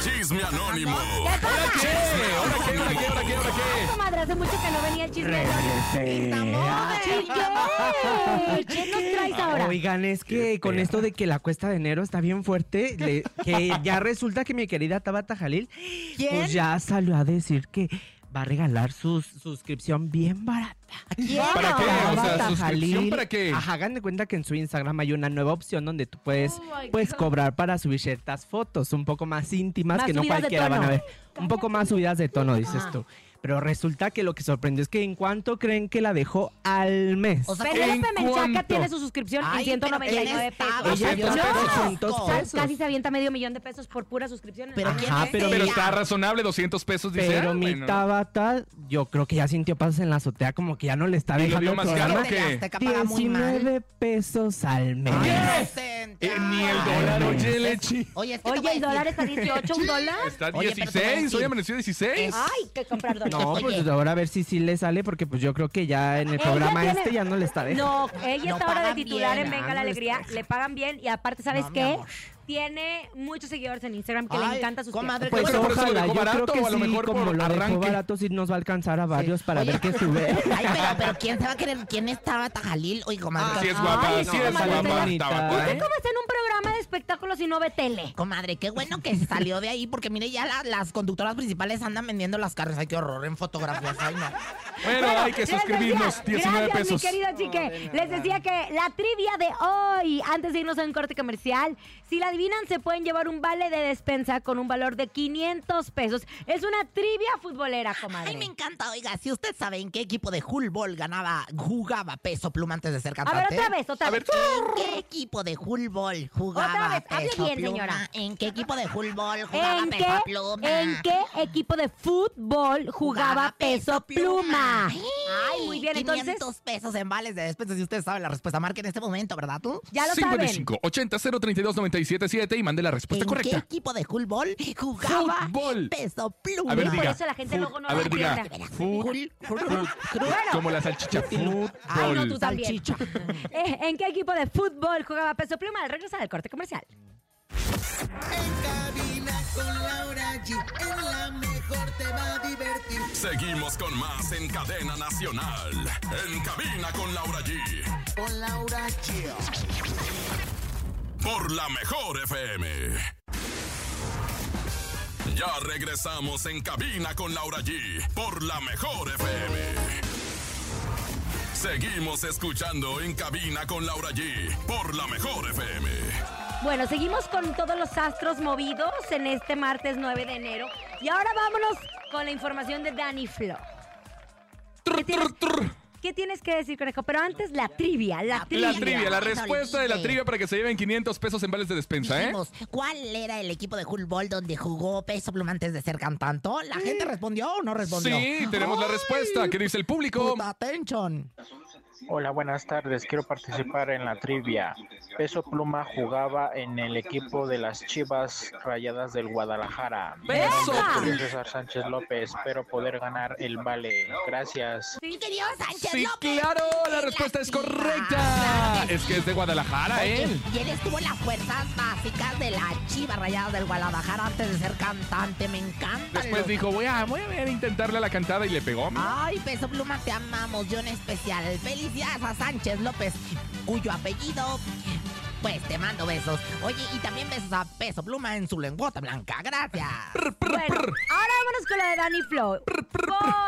[SPEAKER 1] Chisme anónimo.
[SPEAKER 2] ¿Qué pasa?
[SPEAKER 4] ¿Qué? ¿Ahora qué? ¿Ahora qué? ¿Ahora qué? ¿Ahora
[SPEAKER 2] Ay,
[SPEAKER 4] qué?
[SPEAKER 2] comadre, ¡Oh, hace mucho que no venía el chisme. ¿Qué? ¿Qué nos traes ahora?
[SPEAKER 14] Oigan, es que con esto de que la cuesta de enero está bien fuerte, le- que ya resulta que mi querida Tabata Jalil, pues ya salió a decir que va a regalar su suscripción bien barata.
[SPEAKER 2] Ah,
[SPEAKER 4] ¿Para qué? O sea,
[SPEAKER 14] Tabata
[SPEAKER 4] ¿suscripción
[SPEAKER 14] Jalil.
[SPEAKER 4] para qué?
[SPEAKER 14] Ajá, hagan de cuenta que en su Instagram hay una nueva opción donde tú puedes,
[SPEAKER 2] Oh my
[SPEAKER 14] puedes
[SPEAKER 4] pues,
[SPEAKER 2] God.
[SPEAKER 14] cobrar para subir ciertas fotos un poco más íntimas
[SPEAKER 2] Más
[SPEAKER 14] que no
[SPEAKER 2] subidas de
[SPEAKER 14] cualquiera van a
[SPEAKER 2] tono.
[SPEAKER 14] ver. Un poco más subidas de tono, dices
[SPEAKER 2] Ah.
[SPEAKER 14] tú. Pero resulta que lo que sorprendió es que en cuanto creen que la dejó al mes.
[SPEAKER 3] O sea,
[SPEAKER 2] Penélope
[SPEAKER 4] ¿en
[SPEAKER 2] Menchaca
[SPEAKER 4] cuánto?
[SPEAKER 2] tiene su suscripción en
[SPEAKER 3] Ay, pero
[SPEAKER 2] 199
[SPEAKER 3] ¿quién
[SPEAKER 2] pesos.
[SPEAKER 3] estaba?
[SPEAKER 2] No,
[SPEAKER 4] 200 pesos,
[SPEAKER 14] 200
[SPEAKER 2] o sea,
[SPEAKER 14] pesos.
[SPEAKER 2] Casi se avienta medio millón de pesos por pura suscripción.
[SPEAKER 3] Pero ¿quién
[SPEAKER 14] Ajá,
[SPEAKER 3] es
[SPEAKER 14] pero-
[SPEAKER 4] Pero
[SPEAKER 3] ella?
[SPEAKER 4] está razonable, 200 pesos, dice.
[SPEAKER 14] Pero
[SPEAKER 4] ah,
[SPEAKER 14] mi
[SPEAKER 4] bueno.
[SPEAKER 14] Tabata, yo creo que ya sintió pasos en la azotea, como que ya no le está
[SPEAKER 4] ¿Y lo
[SPEAKER 14] dejando
[SPEAKER 4] vio
[SPEAKER 14] el
[SPEAKER 4] más
[SPEAKER 14] programa.
[SPEAKER 4] caro
[SPEAKER 3] Que
[SPEAKER 4] que...?
[SPEAKER 3] Azteca paga muy mal.
[SPEAKER 14] 19 pesos al mes.
[SPEAKER 3] Ay,
[SPEAKER 4] Eh,
[SPEAKER 3] Vicente.
[SPEAKER 4] ni el
[SPEAKER 3] Ay,
[SPEAKER 4] dólar,
[SPEAKER 14] Ay,
[SPEAKER 4] oye,
[SPEAKER 14] es-
[SPEAKER 4] Lechi.
[SPEAKER 3] Oye, es que te voy
[SPEAKER 2] Oye,
[SPEAKER 3] a
[SPEAKER 2] el
[SPEAKER 3] decir-
[SPEAKER 2] dólar está 18, un dólar.
[SPEAKER 4] Está
[SPEAKER 3] Oye, pero te voy a
[SPEAKER 4] 16, hoy
[SPEAKER 3] decir-
[SPEAKER 4] amaneció 16.
[SPEAKER 2] Ay, qué comprar dólares.
[SPEAKER 14] No, pues ahora a ver si sí le sale, porque pues yo creo que ya en el
[SPEAKER 2] Ella
[SPEAKER 14] programa
[SPEAKER 2] tiene-
[SPEAKER 14] este ya no le está dejando.
[SPEAKER 2] No, ella
[SPEAKER 3] No
[SPEAKER 2] está ahora de
[SPEAKER 3] pagan
[SPEAKER 2] titular
[SPEAKER 3] bien,
[SPEAKER 2] en Venga la
[SPEAKER 14] ah, no les
[SPEAKER 2] Alegría,
[SPEAKER 14] creo.
[SPEAKER 2] le pagan bien y aparte, ¿sabes
[SPEAKER 3] No, mi
[SPEAKER 2] qué?
[SPEAKER 3] amor.
[SPEAKER 2] Tiene muchos seguidores en Instagram que le
[SPEAKER 3] Ay,
[SPEAKER 2] encanta sus
[SPEAKER 3] comadre,
[SPEAKER 2] tiempos.
[SPEAKER 14] Pues
[SPEAKER 4] Bueno, por eso lo
[SPEAKER 14] ojalá,
[SPEAKER 4] dejó
[SPEAKER 14] yo creo
[SPEAKER 4] barato,
[SPEAKER 14] que
[SPEAKER 4] o a lo
[SPEAKER 14] sí,
[SPEAKER 4] mejor
[SPEAKER 14] como
[SPEAKER 4] por
[SPEAKER 14] lo dejó
[SPEAKER 4] arranque.
[SPEAKER 14] barato, sí nos va a alcanzar a varios para
[SPEAKER 3] Oye,
[SPEAKER 14] ver qué sube.
[SPEAKER 3] Ay, pero, pero ¿quién se va a querer? ¿Quién es Tabata Jalil? Oye, comadre.
[SPEAKER 4] Ah, Sí es
[SPEAKER 2] Ay,
[SPEAKER 4] guapa,
[SPEAKER 2] no,
[SPEAKER 4] sí es
[SPEAKER 2] comadre,
[SPEAKER 4] guapa.
[SPEAKER 14] bonita.
[SPEAKER 4] Tabata,
[SPEAKER 2] ¿Usted
[SPEAKER 4] ¿eh?
[SPEAKER 2] cómo está en un programa de espectáculos y no ve tele?
[SPEAKER 3] Comadre, qué bueno que salió de ahí, porque mire, ya la- las conductoras principales andan vendiendo las carnes. Ay, qué horror en fotografías. Ay, no.
[SPEAKER 4] Bueno, hay que
[SPEAKER 2] les decía,
[SPEAKER 4] suscribirnos, 19
[SPEAKER 2] gracias,
[SPEAKER 4] pesos.
[SPEAKER 2] mi querido chique. les decía que la trivia de hoy, antes de irnos a un corte comercial, si la adivinan, se pueden llevar un vale de despensa con un valor de 500 pesos. Es una trivia futbolera, comadre.
[SPEAKER 3] Ay, me encanta. Oiga, si usted sabe en qué equipo de fútbol ganaba, jugaba peso pluma antes de ser
[SPEAKER 2] a
[SPEAKER 3] cantante.
[SPEAKER 2] ver, otra vez, otra vez.
[SPEAKER 3] ¿En qué equipo de fútbol jugaba
[SPEAKER 2] Otra vez, hable
[SPEAKER 3] peso
[SPEAKER 2] bien,
[SPEAKER 3] pluma?
[SPEAKER 2] señora.
[SPEAKER 3] ¿En qué equipo de fútbol jugaba
[SPEAKER 2] ¿En
[SPEAKER 3] peso
[SPEAKER 2] qué,
[SPEAKER 3] pluma?
[SPEAKER 2] en qué equipo de fútbol jugaba peso pluma? Ay, muy bien,
[SPEAKER 3] 500
[SPEAKER 2] entonces.
[SPEAKER 3] pesos en vales de despensa. Si usted sabe la respuesta, marque en este momento, ¿verdad tú?
[SPEAKER 2] Ya lo saben.
[SPEAKER 4] 55 80 032 977 y mande la respuesta
[SPEAKER 3] ¿En qué
[SPEAKER 4] correcta.
[SPEAKER 3] equipo de fútbol jugaba
[SPEAKER 4] Fútbol.
[SPEAKER 3] peso pluma?
[SPEAKER 4] A ver,
[SPEAKER 2] Por
[SPEAKER 4] diga.
[SPEAKER 2] eso la gente
[SPEAKER 4] Fut-
[SPEAKER 2] luego no
[SPEAKER 4] a
[SPEAKER 2] la
[SPEAKER 4] ver, diga.
[SPEAKER 2] entiende.
[SPEAKER 4] Fut- fut- Como la salchicha.
[SPEAKER 2] Ay, no, tú
[SPEAKER 4] Fútbol.
[SPEAKER 2] también. Eh, ¿En qué equipo de fútbol jugaba peso pluma? Al regresar del corte comercial.
[SPEAKER 1] Seguimos con más en Cadena Nacional. En cabina con Laura G. Por la mejor FM. Ya regresamos en cabina con Laura G. Por la mejor FM. Seguimos escuchando en cabina con Laura G. Por la mejor FM.
[SPEAKER 2] Bueno, seguimos con todos los astros movidos en este martes 9 de enero. Y ahora vámonos con la información de Dani Flo.
[SPEAKER 4] Trr, trr, trr.
[SPEAKER 2] ¿Qué tienes que decir, conejo? Pero antes la trivia, la trivia.
[SPEAKER 4] La trivia, la
[SPEAKER 3] Eso le
[SPEAKER 4] respuesta de la
[SPEAKER 3] dije.
[SPEAKER 4] trivia para que se lleven 500 pesos en vales de despensa, ¿eh?
[SPEAKER 3] Dijimos, ¿cuál era el equipo de fútbol donde jugó Peso Pluma antes de ser cantante? ¿La gente respondió o no respondió?
[SPEAKER 4] Sí, tenemos la respuesta. ¿Qué dice el público?
[SPEAKER 3] Puta atención.
[SPEAKER 15] Hola, buenas tardes. Quiero participar en la trivia. Peso Pluma jugaba en el equipo de las Chivas Rayadas del Guadalajara.
[SPEAKER 2] ¡Peso!
[SPEAKER 15] Soy César Sánchez López. Espero poder ganar el vale. Gracias.
[SPEAKER 3] Mi querido Sánchez
[SPEAKER 4] Sí,
[SPEAKER 3] López.
[SPEAKER 4] claro, la respuesta es correcta. Es que es de Guadalajara,
[SPEAKER 3] Oye,
[SPEAKER 4] ¿eh?
[SPEAKER 3] Y él estuvo en las fuerzas básicas de la Chiva Rayadas del Guadalajara antes de ser cantante. Me encanta.
[SPEAKER 4] Después dijo, voy a, voy a ver, intentarle a la cantada y le pegó.
[SPEAKER 3] Ay, Peso Pluma, te amamos, yo en especial. Felicidades a Sánchez López, cuyo apellido, pues te mando besos. Oye, y también besos a Peso Pluma en su lengüota blanca. Gracias.
[SPEAKER 2] Bueno, ahora vámonos con lo de Danny Flow.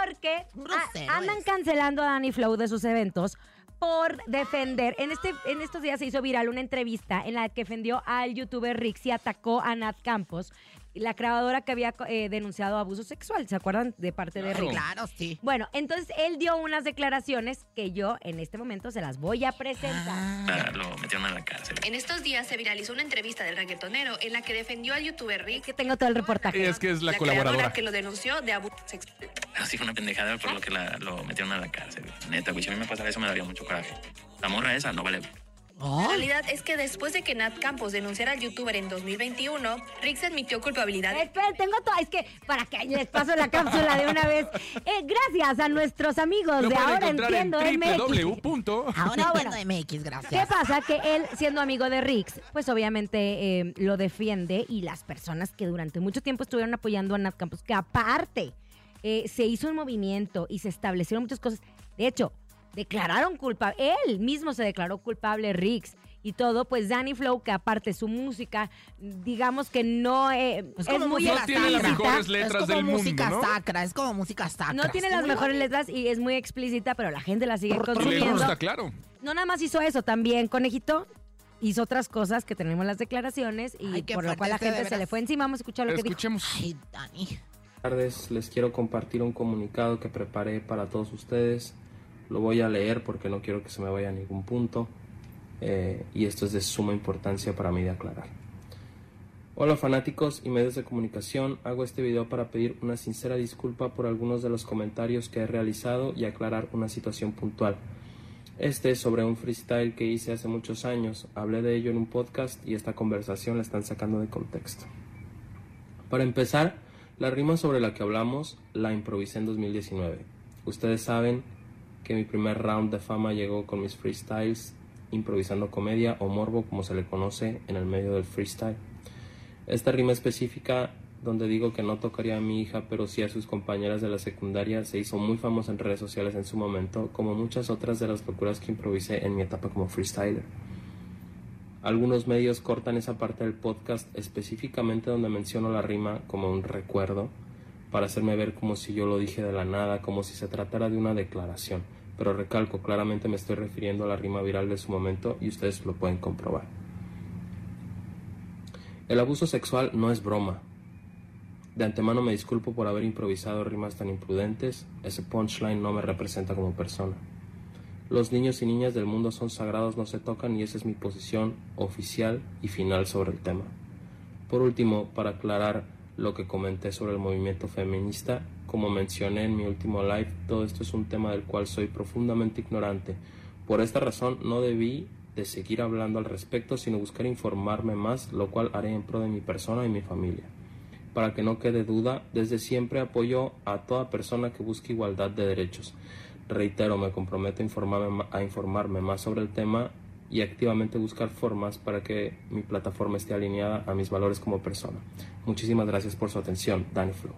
[SPEAKER 2] Porque a- andan cancelando a Danny Flow de sus eventos por defender. En, este, en estos días se hizo viral una entrevista en la que defendió al youtuber Rix y atacó a Nat Campos, la grabadora que había eh, denunciado abuso sexual. ¿Se acuerdan? De parte de Rix.
[SPEAKER 3] Claro, sí.
[SPEAKER 2] Bueno, entonces él dio unas declaraciones que yo en este momento se las voy a presentar.
[SPEAKER 11] Ah, Lo metieron en la cárcel.
[SPEAKER 16] En estos días se viralizó una entrevista del reggaetonero en la que defendió al youtuber Rick.
[SPEAKER 2] Que tengo todo el reportaje.
[SPEAKER 4] Es que es la
[SPEAKER 16] creadora
[SPEAKER 4] colaboradora.
[SPEAKER 16] que lo denunció de abuso sexual.
[SPEAKER 11] Así fue una pendejada por lo que la- lo metieron a la cárcel. Neta, güey, si a mí me pasara eso me daría mucho coraje. La morra esa no vale.
[SPEAKER 16] La realidad es que después de que Nat Campos denunciara al youtuber en 2021, Rick se admitió culpabilidad.
[SPEAKER 2] Esperen, tengo todo. Es que para que les paso la cápsula de una vez. Eh, gracias a nuestros amigos
[SPEAKER 4] Lo
[SPEAKER 2] de
[SPEAKER 4] pueden
[SPEAKER 2] Ahora
[SPEAKER 4] encontrar en
[SPEAKER 2] Entiendo MX.
[SPEAKER 3] Ahora
[SPEAKER 2] No,
[SPEAKER 3] entiendo
[SPEAKER 2] bueno.
[SPEAKER 3] MX, gracias.
[SPEAKER 2] ¿Qué pasa? Que él, siendo amigo de Rix, pues obviamente eh, lo defiende y las personas que durante mucho tiempo estuvieron apoyando a Nat Campos, que aparte eh, se hizo un movimiento y se establecieron muchas cosas. De hecho, declararon culpable, él mismo se declaró culpable Rix. Y todo, pues Danny Flow, que aparte su música, digamos que no eh, es,
[SPEAKER 3] Pues como
[SPEAKER 2] muy
[SPEAKER 3] música sacra.
[SPEAKER 4] letras
[SPEAKER 3] es como
[SPEAKER 4] del
[SPEAKER 3] música
[SPEAKER 4] mundo, ¿no?
[SPEAKER 3] sacra, es como música sacra.
[SPEAKER 2] No tiene las
[SPEAKER 3] Sí.
[SPEAKER 2] mejores letras y es muy explícita, pero la gente la sigue
[SPEAKER 4] Y le
[SPEAKER 2] consumiendo.
[SPEAKER 4] gusta, claro.
[SPEAKER 2] No nada más hizo eso, también Conejito hizo otras cosas que tenemos las declaraciones y
[SPEAKER 3] qué
[SPEAKER 2] por lo cual la
[SPEAKER 3] fuerte, de
[SPEAKER 2] gente se
[SPEAKER 3] veras.
[SPEAKER 2] le fue encima. Vamos a escuchar lo que dijo.
[SPEAKER 3] Ay, Dani.
[SPEAKER 17] tardes, les quiero compartir un comunicado que preparé para todos ustedes. Lo voy a leer porque no quiero que se me vaya a ningún punto eh, y esto es de suma importancia para mí de aclarar. Hola fanáticos y medios de comunicación, hago este video para pedir una sincera disculpa por algunos de los comentarios que he realizado y aclarar una situación puntual. Este es sobre un freestyle que hice hace muchos años, hablé de ello en un podcast y esta conversación la están sacando de contexto. Para empezar, la rima sobre la que hablamos la improvisé en 2019. Ustedes saben que mi primer round de fama llegó con mis freestyles, improvisando comedia o morbo como se le conoce en el medio del freestyle. Esta rima específica, donde digo que no tocaría a mi hija, pero sí a sus compañeras de la secundaria, se hizo muy famosa en redes sociales en su momento, como muchas otras de las locuras que improvisé en mi etapa como freestyler. Algunos medios cortan esa parte del podcast específicamente donde menciono la rima como un recuerdo para hacerme ver como si yo lo dije de la nada, como si se tratara de una declaración. Pero recalco, claramente me estoy refiriendo a la rima viral de su momento y ustedes lo pueden comprobar. El abuso sexual no es broma. De antemano me disculpo por haber improvisado rimas tan imprudentes, ese punchline no me representa como persona. Los niños y niñas del mundo son sagrados, no se tocan y esa es mi posición oficial y final sobre el tema. Por último, para aclarar lo que comenté sobre el movimiento feminista, como mencioné en mi último live, todo esto es un tema del cual soy profundamente ignorante. Por esta razón no debí de seguir hablando al respecto, sino buscar informarme más, lo cual haré en pro de mi persona y mi familia. Para que no quede duda, desde siempre apoyo a toda persona que busque igualdad de derechos. Reitero, me comprometo a informarme, ma- a informarme más sobre el tema y activamente buscar formas para que mi plataforma esté alineada a mis valores como persona. Muchísimas gracias por su atención, Danny Flow.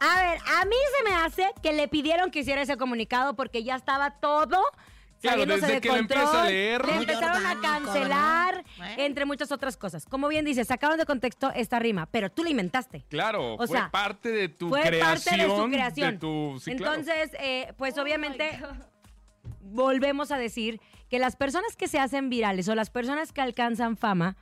[SPEAKER 2] A ver, a mí se me hace que le pidieron que hiciera ese comunicado porque ya estaba todo.
[SPEAKER 4] Claro,
[SPEAKER 2] saliéndose
[SPEAKER 4] desde
[SPEAKER 2] de
[SPEAKER 4] que lo
[SPEAKER 2] control,
[SPEAKER 4] empieza a leer.
[SPEAKER 2] le
[SPEAKER 4] Muy
[SPEAKER 2] empezaron a
[SPEAKER 4] orgánico,
[SPEAKER 2] cancelar, entre muchas otras cosas. Como bien dices, sacaron de contexto esta rima, pero tú la inventaste.
[SPEAKER 4] Claro,
[SPEAKER 2] O
[SPEAKER 4] fue
[SPEAKER 2] sea,
[SPEAKER 4] parte de tu
[SPEAKER 2] Fue
[SPEAKER 4] creación.
[SPEAKER 2] parte de su creación.
[SPEAKER 4] de tu- sí, claro.
[SPEAKER 2] Entonces, eh, pues obviamente volvemos a decir que las personas que se hacen virales o las personas que alcanzan fama,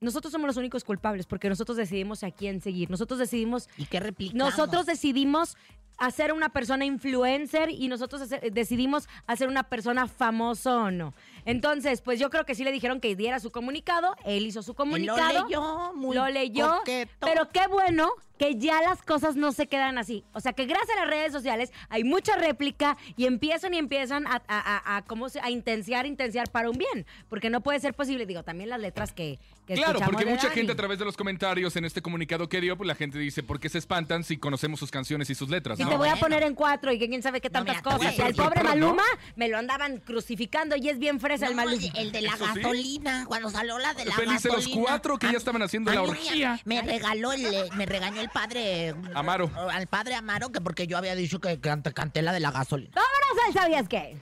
[SPEAKER 2] nosotros somos los únicos culpables porque nosotros decidimos a quién seguir. Nosotros decidimos...
[SPEAKER 3] ¿Y qué replicamos?
[SPEAKER 2] Nosotros decidimos hacer una persona influencer y nosotros hace- decidimos hacer una persona famosa o no. Entonces, pues yo creo que sí le dijeron que diera su comunicado, él hizo su comunicado.
[SPEAKER 3] leyó, muy
[SPEAKER 2] lo leyó,
[SPEAKER 3] coqueto.
[SPEAKER 2] pero qué bueno que ya las cosas no se quedan así. O sea, que gracias a las redes sociales hay mucha réplica y empiezan y empiezan a, a, a, a cómo se- a intensiar, intensiar para un bien. Porque no puede ser posible, digo, también las letras que, que
[SPEAKER 4] Claro,
[SPEAKER 2] escuchamos
[SPEAKER 4] porque
[SPEAKER 2] de
[SPEAKER 4] mucha
[SPEAKER 2] Dani.
[SPEAKER 4] gente a través de los comentarios en este comunicado que dio, pues la gente dice, ¿por qué se espantan si conocemos sus canciones y sus letras?
[SPEAKER 2] Y
[SPEAKER 4] no?
[SPEAKER 2] te voy a poner en cuatro y que quién sabe qué tantas
[SPEAKER 4] mira,
[SPEAKER 2] cosas.
[SPEAKER 4] güey.
[SPEAKER 2] Y al
[SPEAKER 4] Pero-
[SPEAKER 2] pobre
[SPEAKER 4] pero- pero,
[SPEAKER 2] Maluma me lo andaban crucificando y es bien fresa pues, el Maluma.
[SPEAKER 3] El de la gasolina, cuando salió la de la
[SPEAKER 4] Felices los
[SPEAKER 3] gasolina.
[SPEAKER 4] cuatro que ya estaban haciendo la
[SPEAKER 3] A mí
[SPEAKER 4] orgía.
[SPEAKER 3] Me, me regaló el, eh, me regañó el padre mm,
[SPEAKER 4] Amaro.
[SPEAKER 3] Al padre Amaro, que porque yo había dicho que cante- canté la de la gasolina.
[SPEAKER 2] ¡Vámonos al sabías qué!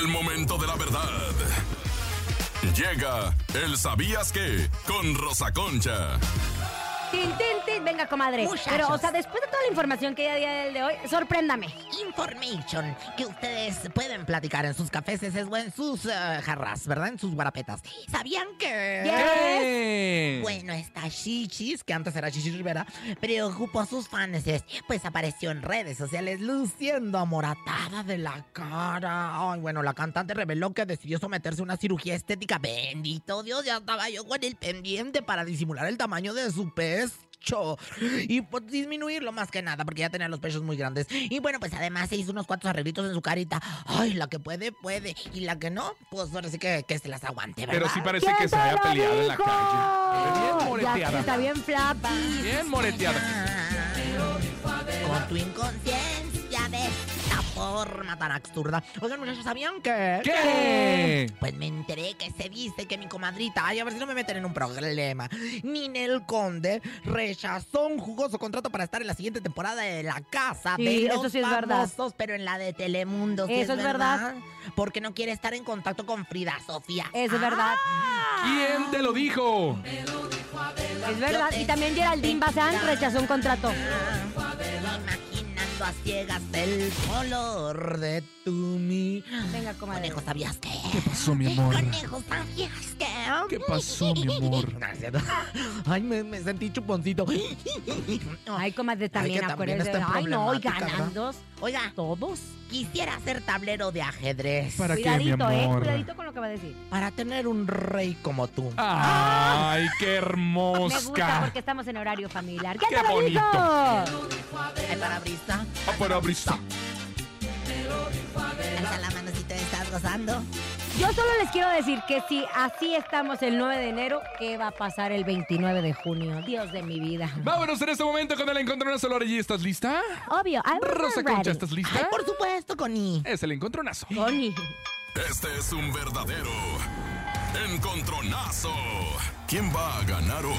[SPEAKER 1] El momento de la verdad. Llega el sabías que con Rosa Concha.
[SPEAKER 2] Tin, tin, tin. Venga, comadre.
[SPEAKER 3] Muchachos.
[SPEAKER 2] Pero, o sea, después de toda la información que ya di el de hoy, sorpréndame.
[SPEAKER 3] Information que ustedes pueden platicar en sus cafés o en sus eh, jarras, ¿verdad? En sus guarapetas. ¿Sabían que?
[SPEAKER 9] Yes.
[SPEAKER 3] Bueno, esta Chichis, que antes era Chichis Rivera, preocupó a sus fans, pues apareció en redes sociales luciendo amoratada de la cara. Ay, bueno, la cantante reveló que decidió someterse a una cirugía estética. Bendito Dios, ya estaba yo con el pendiente para disimular el tamaño de su pez pecho. Y por disminuirlo más que nada, porque ya tenía los pechos muy grandes. Y bueno, pues además se hizo unos cuantos arreglitos en su carita. Ay, la que puede, puede. Y la que no, pues ahora sí que, que se las aguante, ¿verdad?
[SPEAKER 4] Pero sí parece que se haya peleado en la calle. Ah. Bien
[SPEAKER 2] Ya que está
[SPEAKER 4] moreteada.
[SPEAKER 2] bien flapa.
[SPEAKER 4] Bien moreteada.
[SPEAKER 3] Con tu inconsciencia de esta forma tan absurda. Oigan, muchachos, ¿sabían que?
[SPEAKER 4] ¿Qué?
[SPEAKER 3] Pues me enteré que se dice que mi comadrita, ay, a ver si no me meten en un problema. Ninel Conde rechazó un jugoso contrato para estar en la siguiente temporada de La Casa
[SPEAKER 2] Sí,
[SPEAKER 3] de los
[SPEAKER 2] eso sí es verdad.
[SPEAKER 3] Famosos, pero en la de Telemundo. sí
[SPEAKER 2] Eso es verdad.
[SPEAKER 3] Porque no quiere estar en contacto con Frida Sofía. Ah,
[SPEAKER 2] Eso es verdad.
[SPEAKER 4] ¿Quién te lo dijo?
[SPEAKER 2] Es verdad. Y también Geraldine Bazán rechazó un contrato.
[SPEAKER 3] Imaginando a ciegas el color de tu mi.
[SPEAKER 2] Venga, comadre.
[SPEAKER 3] Conejo, ¿sabías qué?
[SPEAKER 4] ¿Qué pasó, mi amor?
[SPEAKER 3] Conejo, ¿sabías qué?
[SPEAKER 4] ¿Qué pasó, mi amor?
[SPEAKER 3] Gracias. Ay, me, me sentí chuponcito.
[SPEAKER 2] Ay, comadre,
[SPEAKER 3] Ay,
[SPEAKER 2] también
[SPEAKER 3] que también
[SPEAKER 2] acuérdense.
[SPEAKER 3] está
[SPEAKER 2] Ay, no, oigan,
[SPEAKER 3] problemática, ¿verdad?
[SPEAKER 2] andos.
[SPEAKER 3] Oiga,
[SPEAKER 2] todos.
[SPEAKER 3] Quisiera ser tablero de ajedrez.
[SPEAKER 4] ¿Para qué, mi
[SPEAKER 2] Cuidadito, eh.
[SPEAKER 4] amor?
[SPEAKER 2] Cuidadito con lo que va a decir.
[SPEAKER 3] Para tener un rey como tú.
[SPEAKER 4] Ah. Ay, qué
[SPEAKER 2] Me gusta
[SPEAKER 4] hermosa.
[SPEAKER 2] porque estamos en horario familiar. ¿Qué,
[SPEAKER 4] Qué
[SPEAKER 2] te lo
[SPEAKER 4] bonito.
[SPEAKER 2] dijo?
[SPEAKER 3] Ay, para brisa.
[SPEAKER 4] Ah, pero abrista.
[SPEAKER 3] Alza la mano si te estás gozando.
[SPEAKER 2] Yo solo les quiero decir que si así estamos el 9 de enero, ¿qué va a pasar el 29 de junio? Dios de mi vida.
[SPEAKER 4] Vámonos en este momento con el encontronazo, Laura G. ¿Estás lista?
[SPEAKER 2] Obvio. I'm
[SPEAKER 4] Rosa
[SPEAKER 2] ready.
[SPEAKER 4] Concha, ¿estás lista?
[SPEAKER 3] Por supuesto, Connie.
[SPEAKER 4] Es el encontronazo.
[SPEAKER 2] Connie.
[SPEAKER 1] Este es un verdadero encontronazo. ¿Quién va a ganar hoy?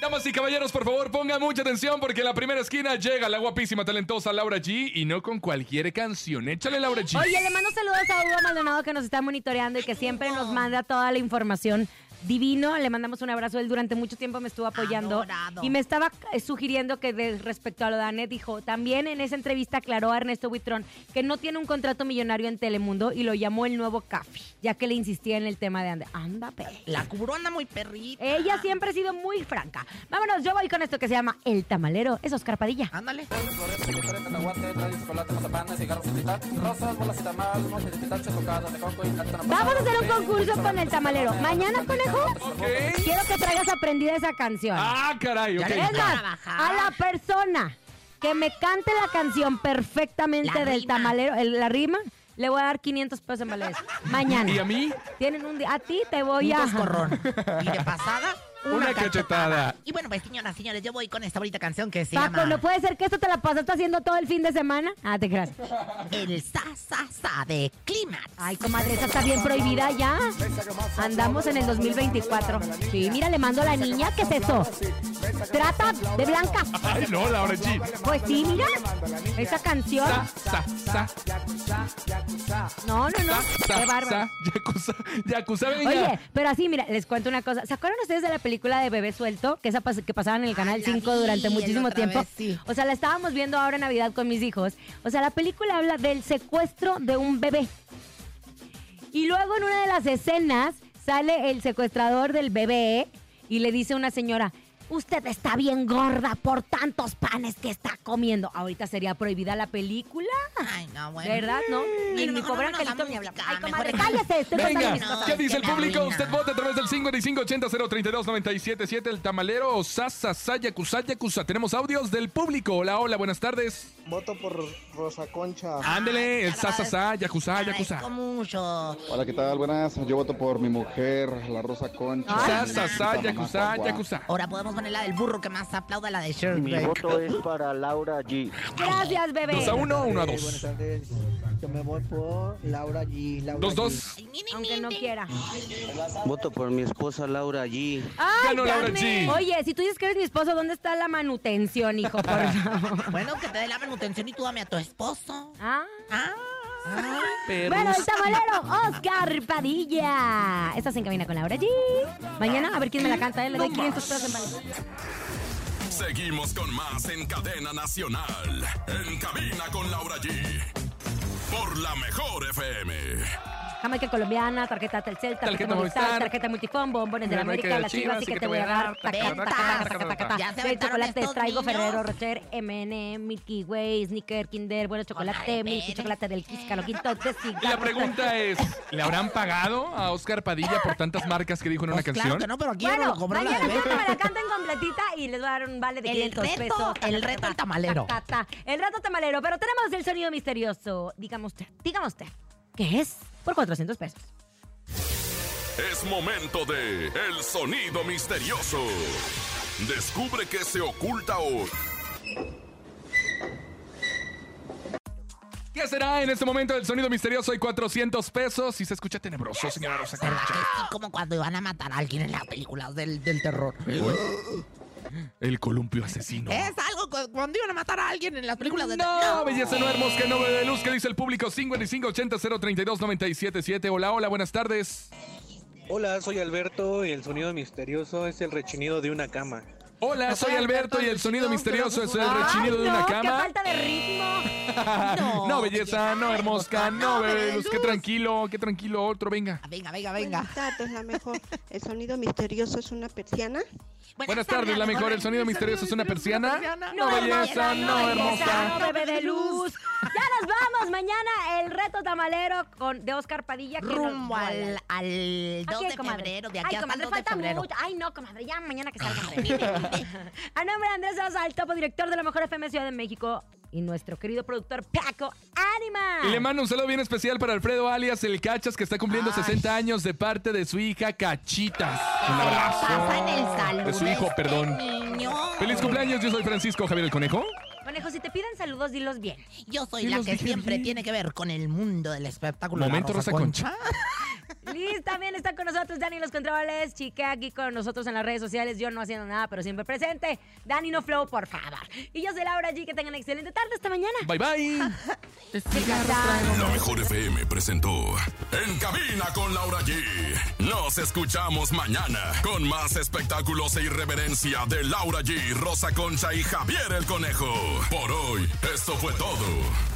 [SPEAKER 4] Damas y caballeros, por favor, pongan mucha atención porque en la primera esquina llega la guapísima, talentosa Laura G. Y no con cualquier canción. Échale, Laura G.
[SPEAKER 2] Oye, le mando saludos a Hugo Maldonado que nos está monitoreando y que siempre nos manda toda la información. Divino, le mandamos un abrazo. Él durante mucho tiempo me estuvo apoyando
[SPEAKER 3] Adorado.
[SPEAKER 2] y me estaba eh, sugiriendo que de- respecto a lo de Anet dijo, también en esa entrevista aclaró a Ernesto Buitrón que no tiene un contrato millonario en Telemundo y lo llamó el nuevo Cafi, ya que le insistía en el tema de Ande. Anda, pe.
[SPEAKER 3] La cubrona muy perrita.
[SPEAKER 2] Ella siempre ha sido muy franca. Vámonos, yo voy con esto que se llama El Tamalero. Es Oscar Padilla.
[SPEAKER 3] Ándale.
[SPEAKER 2] Vamos a hacer un concurso con El Tamalero. Mañana, conejo, quiero que traigas aprendida esa canción.
[SPEAKER 4] Ah, caray, ok.
[SPEAKER 2] Es más, a la persona que me cante la canción perfectamente
[SPEAKER 3] La
[SPEAKER 2] del
[SPEAKER 3] rima.
[SPEAKER 2] tamalero, el- la rima, le voy a dar 500 pesos en vales. Mañana.
[SPEAKER 4] ¿Y a mí?
[SPEAKER 2] Tienen un día. A ti te voy
[SPEAKER 3] Un
[SPEAKER 2] a.
[SPEAKER 3] coscorrón. Y de pasada, una,
[SPEAKER 4] Oh, Una cachetada.
[SPEAKER 3] Y bueno, pues señoras, señores, yo voy con esta bonita canción que se
[SPEAKER 2] Paco,
[SPEAKER 3] llama
[SPEAKER 2] ¿no puede ser que esto te la pasaste haciendo todo el fin de semana? Ah, te creas.
[SPEAKER 3] El sa sa sa de Clímax.
[SPEAKER 2] Ay, comadre, esa está bien prohibida ya. Andamos en el 2024. Sí, mira, le mando a la niña, ¿qué es eso? Trata de blanca.
[SPEAKER 4] Ay, no, Laura G.
[SPEAKER 2] Pues sí, mira. Esa canción.
[SPEAKER 4] Sa, sa, sa,
[SPEAKER 2] No, no, no.
[SPEAKER 4] sa, sa,
[SPEAKER 2] Qué bárbaro.
[SPEAKER 4] sa, yakuza, yakuza, venga.
[SPEAKER 2] Oye, pero así, mira, les cuento una cosa. ¿Se acuerdan ustedes de la película de Bebé Suelto? Que esa pas- que pasaba en el Canal 5
[SPEAKER 3] Ah, vi
[SPEAKER 2] durante
[SPEAKER 3] el
[SPEAKER 2] muchísimo
[SPEAKER 3] otra
[SPEAKER 2] tiempo.
[SPEAKER 3] vez, sí.
[SPEAKER 2] O sea, la estábamos viendo ahora en Navidad con mis hijos. O sea, la película habla del secuestro de un bebé. Y luego en una de las escenas sale el secuestrador del bebé y le dice a una señora, usted está bien gorda por tantos panes que está comiendo. Ahorita sería prohibida la película.
[SPEAKER 3] Ay, no, bueno.
[SPEAKER 2] ¿Verdad? ¿No? ni, ni pobre Angelito ni hablar. Ay, comadre, cállese. Estoy contando
[SPEAKER 4] Venga,
[SPEAKER 2] mis cosas.
[SPEAKER 4] ¿qué dice el público? Usted vota a través del 5580-032-977. El tamalero o Sasa Saya Kusaya Kusa. Tenemos audios del público. Hola, hola, buenas tardes.
[SPEAKER 18] Voto por Rosa Concha.
[SPEAKER 4] Ándele, el Sasa Saya Kusaya Kusa.
[SPEAKER 3] mucho.
[SPEAKER 18] Hola, ¿qué tal? Buenas. Yo voto por mi mujer, la Rosa Concha.
[SPEAKER 4] Sasa Saya Kusa Yakuza.
[SPEAKER 3] Ahora podemos poner la del burro que más aplauda la de
[SPEAKER 6] Mi
[SPEAKER 3] Sherman.
[SPEAKER 6] voto es para Laura G.
[SPEAKER 2] Gracias, bebé.
[SPEAKER 4] Dos a uno, uno a dos.
[SPEAKER 6] Buenas tardes. Yo me voy por Laura G. Laura
[SPEAKER 4] Dos,
[SPEAKER 6] G.
[SPEAKER 4] dos.
[SPEAKER 2] Aunque no quiera.
[SPEAKER 6] Voto por mi esposa Laura G.
[SPEAKER 2] Ay,
[SPEAKER 6] Ganó Laura
[SPEAKER 2] Carmen.
[SPEAKER 6] G.
[SPEAKER 2] Oye, si tú dices que eres mi esposo, ¿dónde está la manutención, hijo? Por favor.
[SPEAKER 3] Bueno, que te dé la manutención y tú dame a tu esposo.
[SPEAKER 2] Ah.
[SPEAKER 3] Pero-
[SPEAKER 2] Bueno, el tamalero Oscar Padilla. Estás en cabina con Laura G. Mañana, a ver quién me la canta. ¿eh? Le doy 500 pesos en vale.
[SPEAKER 1] Seguimos con más en Cadena Nacional. En cabina con Laura G. Por la mejor FM.
[SPEAKER 2] Jamaica colombiana, tarjeta Telcel, tarjeta,
[SPEAKER 1] Tarjeta
[SPEAKER 2] Movistar,
[SPEAKER 1] Movistar,
[SPEAKER 2] tarjeta Multifón, bombones de la
[SPEAKER 1] Una marca
[SPEAKER 2] América,
[SPEAKER 1] de
[SPEAKER 2] las chivas, así que te voy a dar. Taca, taca, taca, taca, taca, taca.
[SPEAKER 3] Ya se
[SPEAKER 2] Soy
[SPEAKER 3] aventaron
[SPEAKER 2] chocolates,
[SPEAKER 3] estos
[SPEAKER 2] traigo
[SPEAKER 3] niños.
[SPEAKER 2] Ferrero Rocher, M&M, Milky Way, Snicker, Kinder, bueno chocolate,
[SPEAKER 3] M&M.
[SPEAKER 2] Milky chocolate del Kiss, Calo Quinto, de
[SPEAKER 4] Y la pregunta es, ¿le habrán pagado a Oscar Padilla por tantas marcas que dijo
[SPEAKER 3] Pues
[SPEAKER 4] en una canción?
[SPEAKER 3] pero
[SPEAKER 2] aquí bueno, mañana cuando me la canten completita y les voy a dar un vale de
[SPEAKER 3] M&M? El
[SPEAKER 2] 500
[SPEAKER 3] reto,
[SPEAKER 2] pesos.
[SPEAKER 3] el reto al tamalero.
[SPEAKER 2] Ta, ta, ta. El reto tamalero, pero tenemos el sonido misterioso. Dígame usted, dígame usted, ¿qué es? Por 400 pesos.
[SPEAKER 1] Es momento de El Sonido Misterioso. Descubre qué se oculta hoy.
[SPEAKER 4] ¿Qué será en este momento el sonido misterioso y 400 pesos? Y se escucha tenebroso, señora Rosa
[SPEAKER 3] ¿Será
[SPEAKER 4] Concha.
[SPEAKER 3] que sí, como cuando iban a matar a alguien en las películas del, del terror.
[SPEAKER 4] El columpio asesino.
[SPEAKER 3] Es algo cu- cuando iban a matar a alguien en las películas del terror.
[SPEAKER 4] No, belleza no hermosa, que no bebe de luz, que dice el público 5580-032-977. Hola, hola, buenas tardes.
[SPEAKER 19] Hola, soy Alberto y el sonido misterioso es el rechinido de una cama.
[SPEAKER 4] Hola, soy Alberto y el sonido misterioso es el
[SPEAKER 19] Ay,
[SPEAKER 4] rechinido de
[SPEAKER 19] no,
[SPEAKER 4] una
[SPEAKER 19] qué
[SPEAKER 4] cama.
[SPEAKER 2] de ritmo.
[SPEAKER 4] No, belleza, no, hermosa, no, bebé de luz, qué tranquilo, qué tranquilo, otro, venga.
[SPEAKER 3] Ah, Venga, venga,
[SPEAKER 20] venga. Buenas tardes, la mejor. El sonido misterioso es una persiana.
[SPEAKER 4] Buenas tardes, la mejor, el sonido misterioso es una persiana. No,
[SPEAKER 2] hermosa,
[SPEAKER 4] belleza, no,
[SPEAKER 2] belleza,
[SPEAKER 4] hermosa.
[SPEAKER 2] No, bebé de luz. Ya nos vamos. Mañana el reto tamalero con, de Oscar Padilla. que
[SPEAKER 3] Rumbo
[SPEAKER 2] nos-
[SPEAKER 3] al, al 2
[SPEAKER 2] Así es,
[SPEAKER 3] de
[SPEAKER 2] comadre.
[SPEAKER 3] febrero, de
[SPEAKER 2] Ay,
[SPEAKER 3] aquí hasta el
[SPEAKER 2] comadre,
[SPEAKER 3] 2 de
[SPEAKER 2] falta
[SPEAKER 3] febrero.
[SPEAKER 2] mucho. Ay, no, comadre, ya mañana que salga. hombre. a nombre de Andrés Sosa, el topo director de la Mejor FM Ciudad de México y nuestro querido productor Paco Ánima.
[SPEAKER 4] Y le mando un saludo bien especial para Alfredo alias El Cachas, que está cumpliendo 60 años de parte de su hija Cachitas. Un abrazo.
[SPEAKER 3] Pasa en el salón.
[SPEAKER 4] De su hijo, perdón. Feliz cumpleaños, yo soy Francisco Javier el Conejo.
[SPEAKER 2] Conejo, si te piden saludos, dilos bien.
[SPEAKER 3] Yo soy la que siempre tiene que ver con el mundo del espectáculo. la
[SPEAKER 4] Momento, Rosa Concha.
[SPEAKER 2] Liz también está con nosotros, Dani Los Controles, chica aquí con nosotros en las redes sociales, yo no haciendo nada, pero siempre presente. Dani No Flow, por favor. Y yo soy Laura G, que tengan excelente tarde, hasta mañana.
[SPEAKER 4] Bye, bye.
[SPEAKER 1] La mejor FM presentó En cabina con Laura G. Nos escuchamos mañana con más espectáculos e irreverencia de Laura G, Rosa Concha y Javier el Conejo. Por hoy, esto fue todo.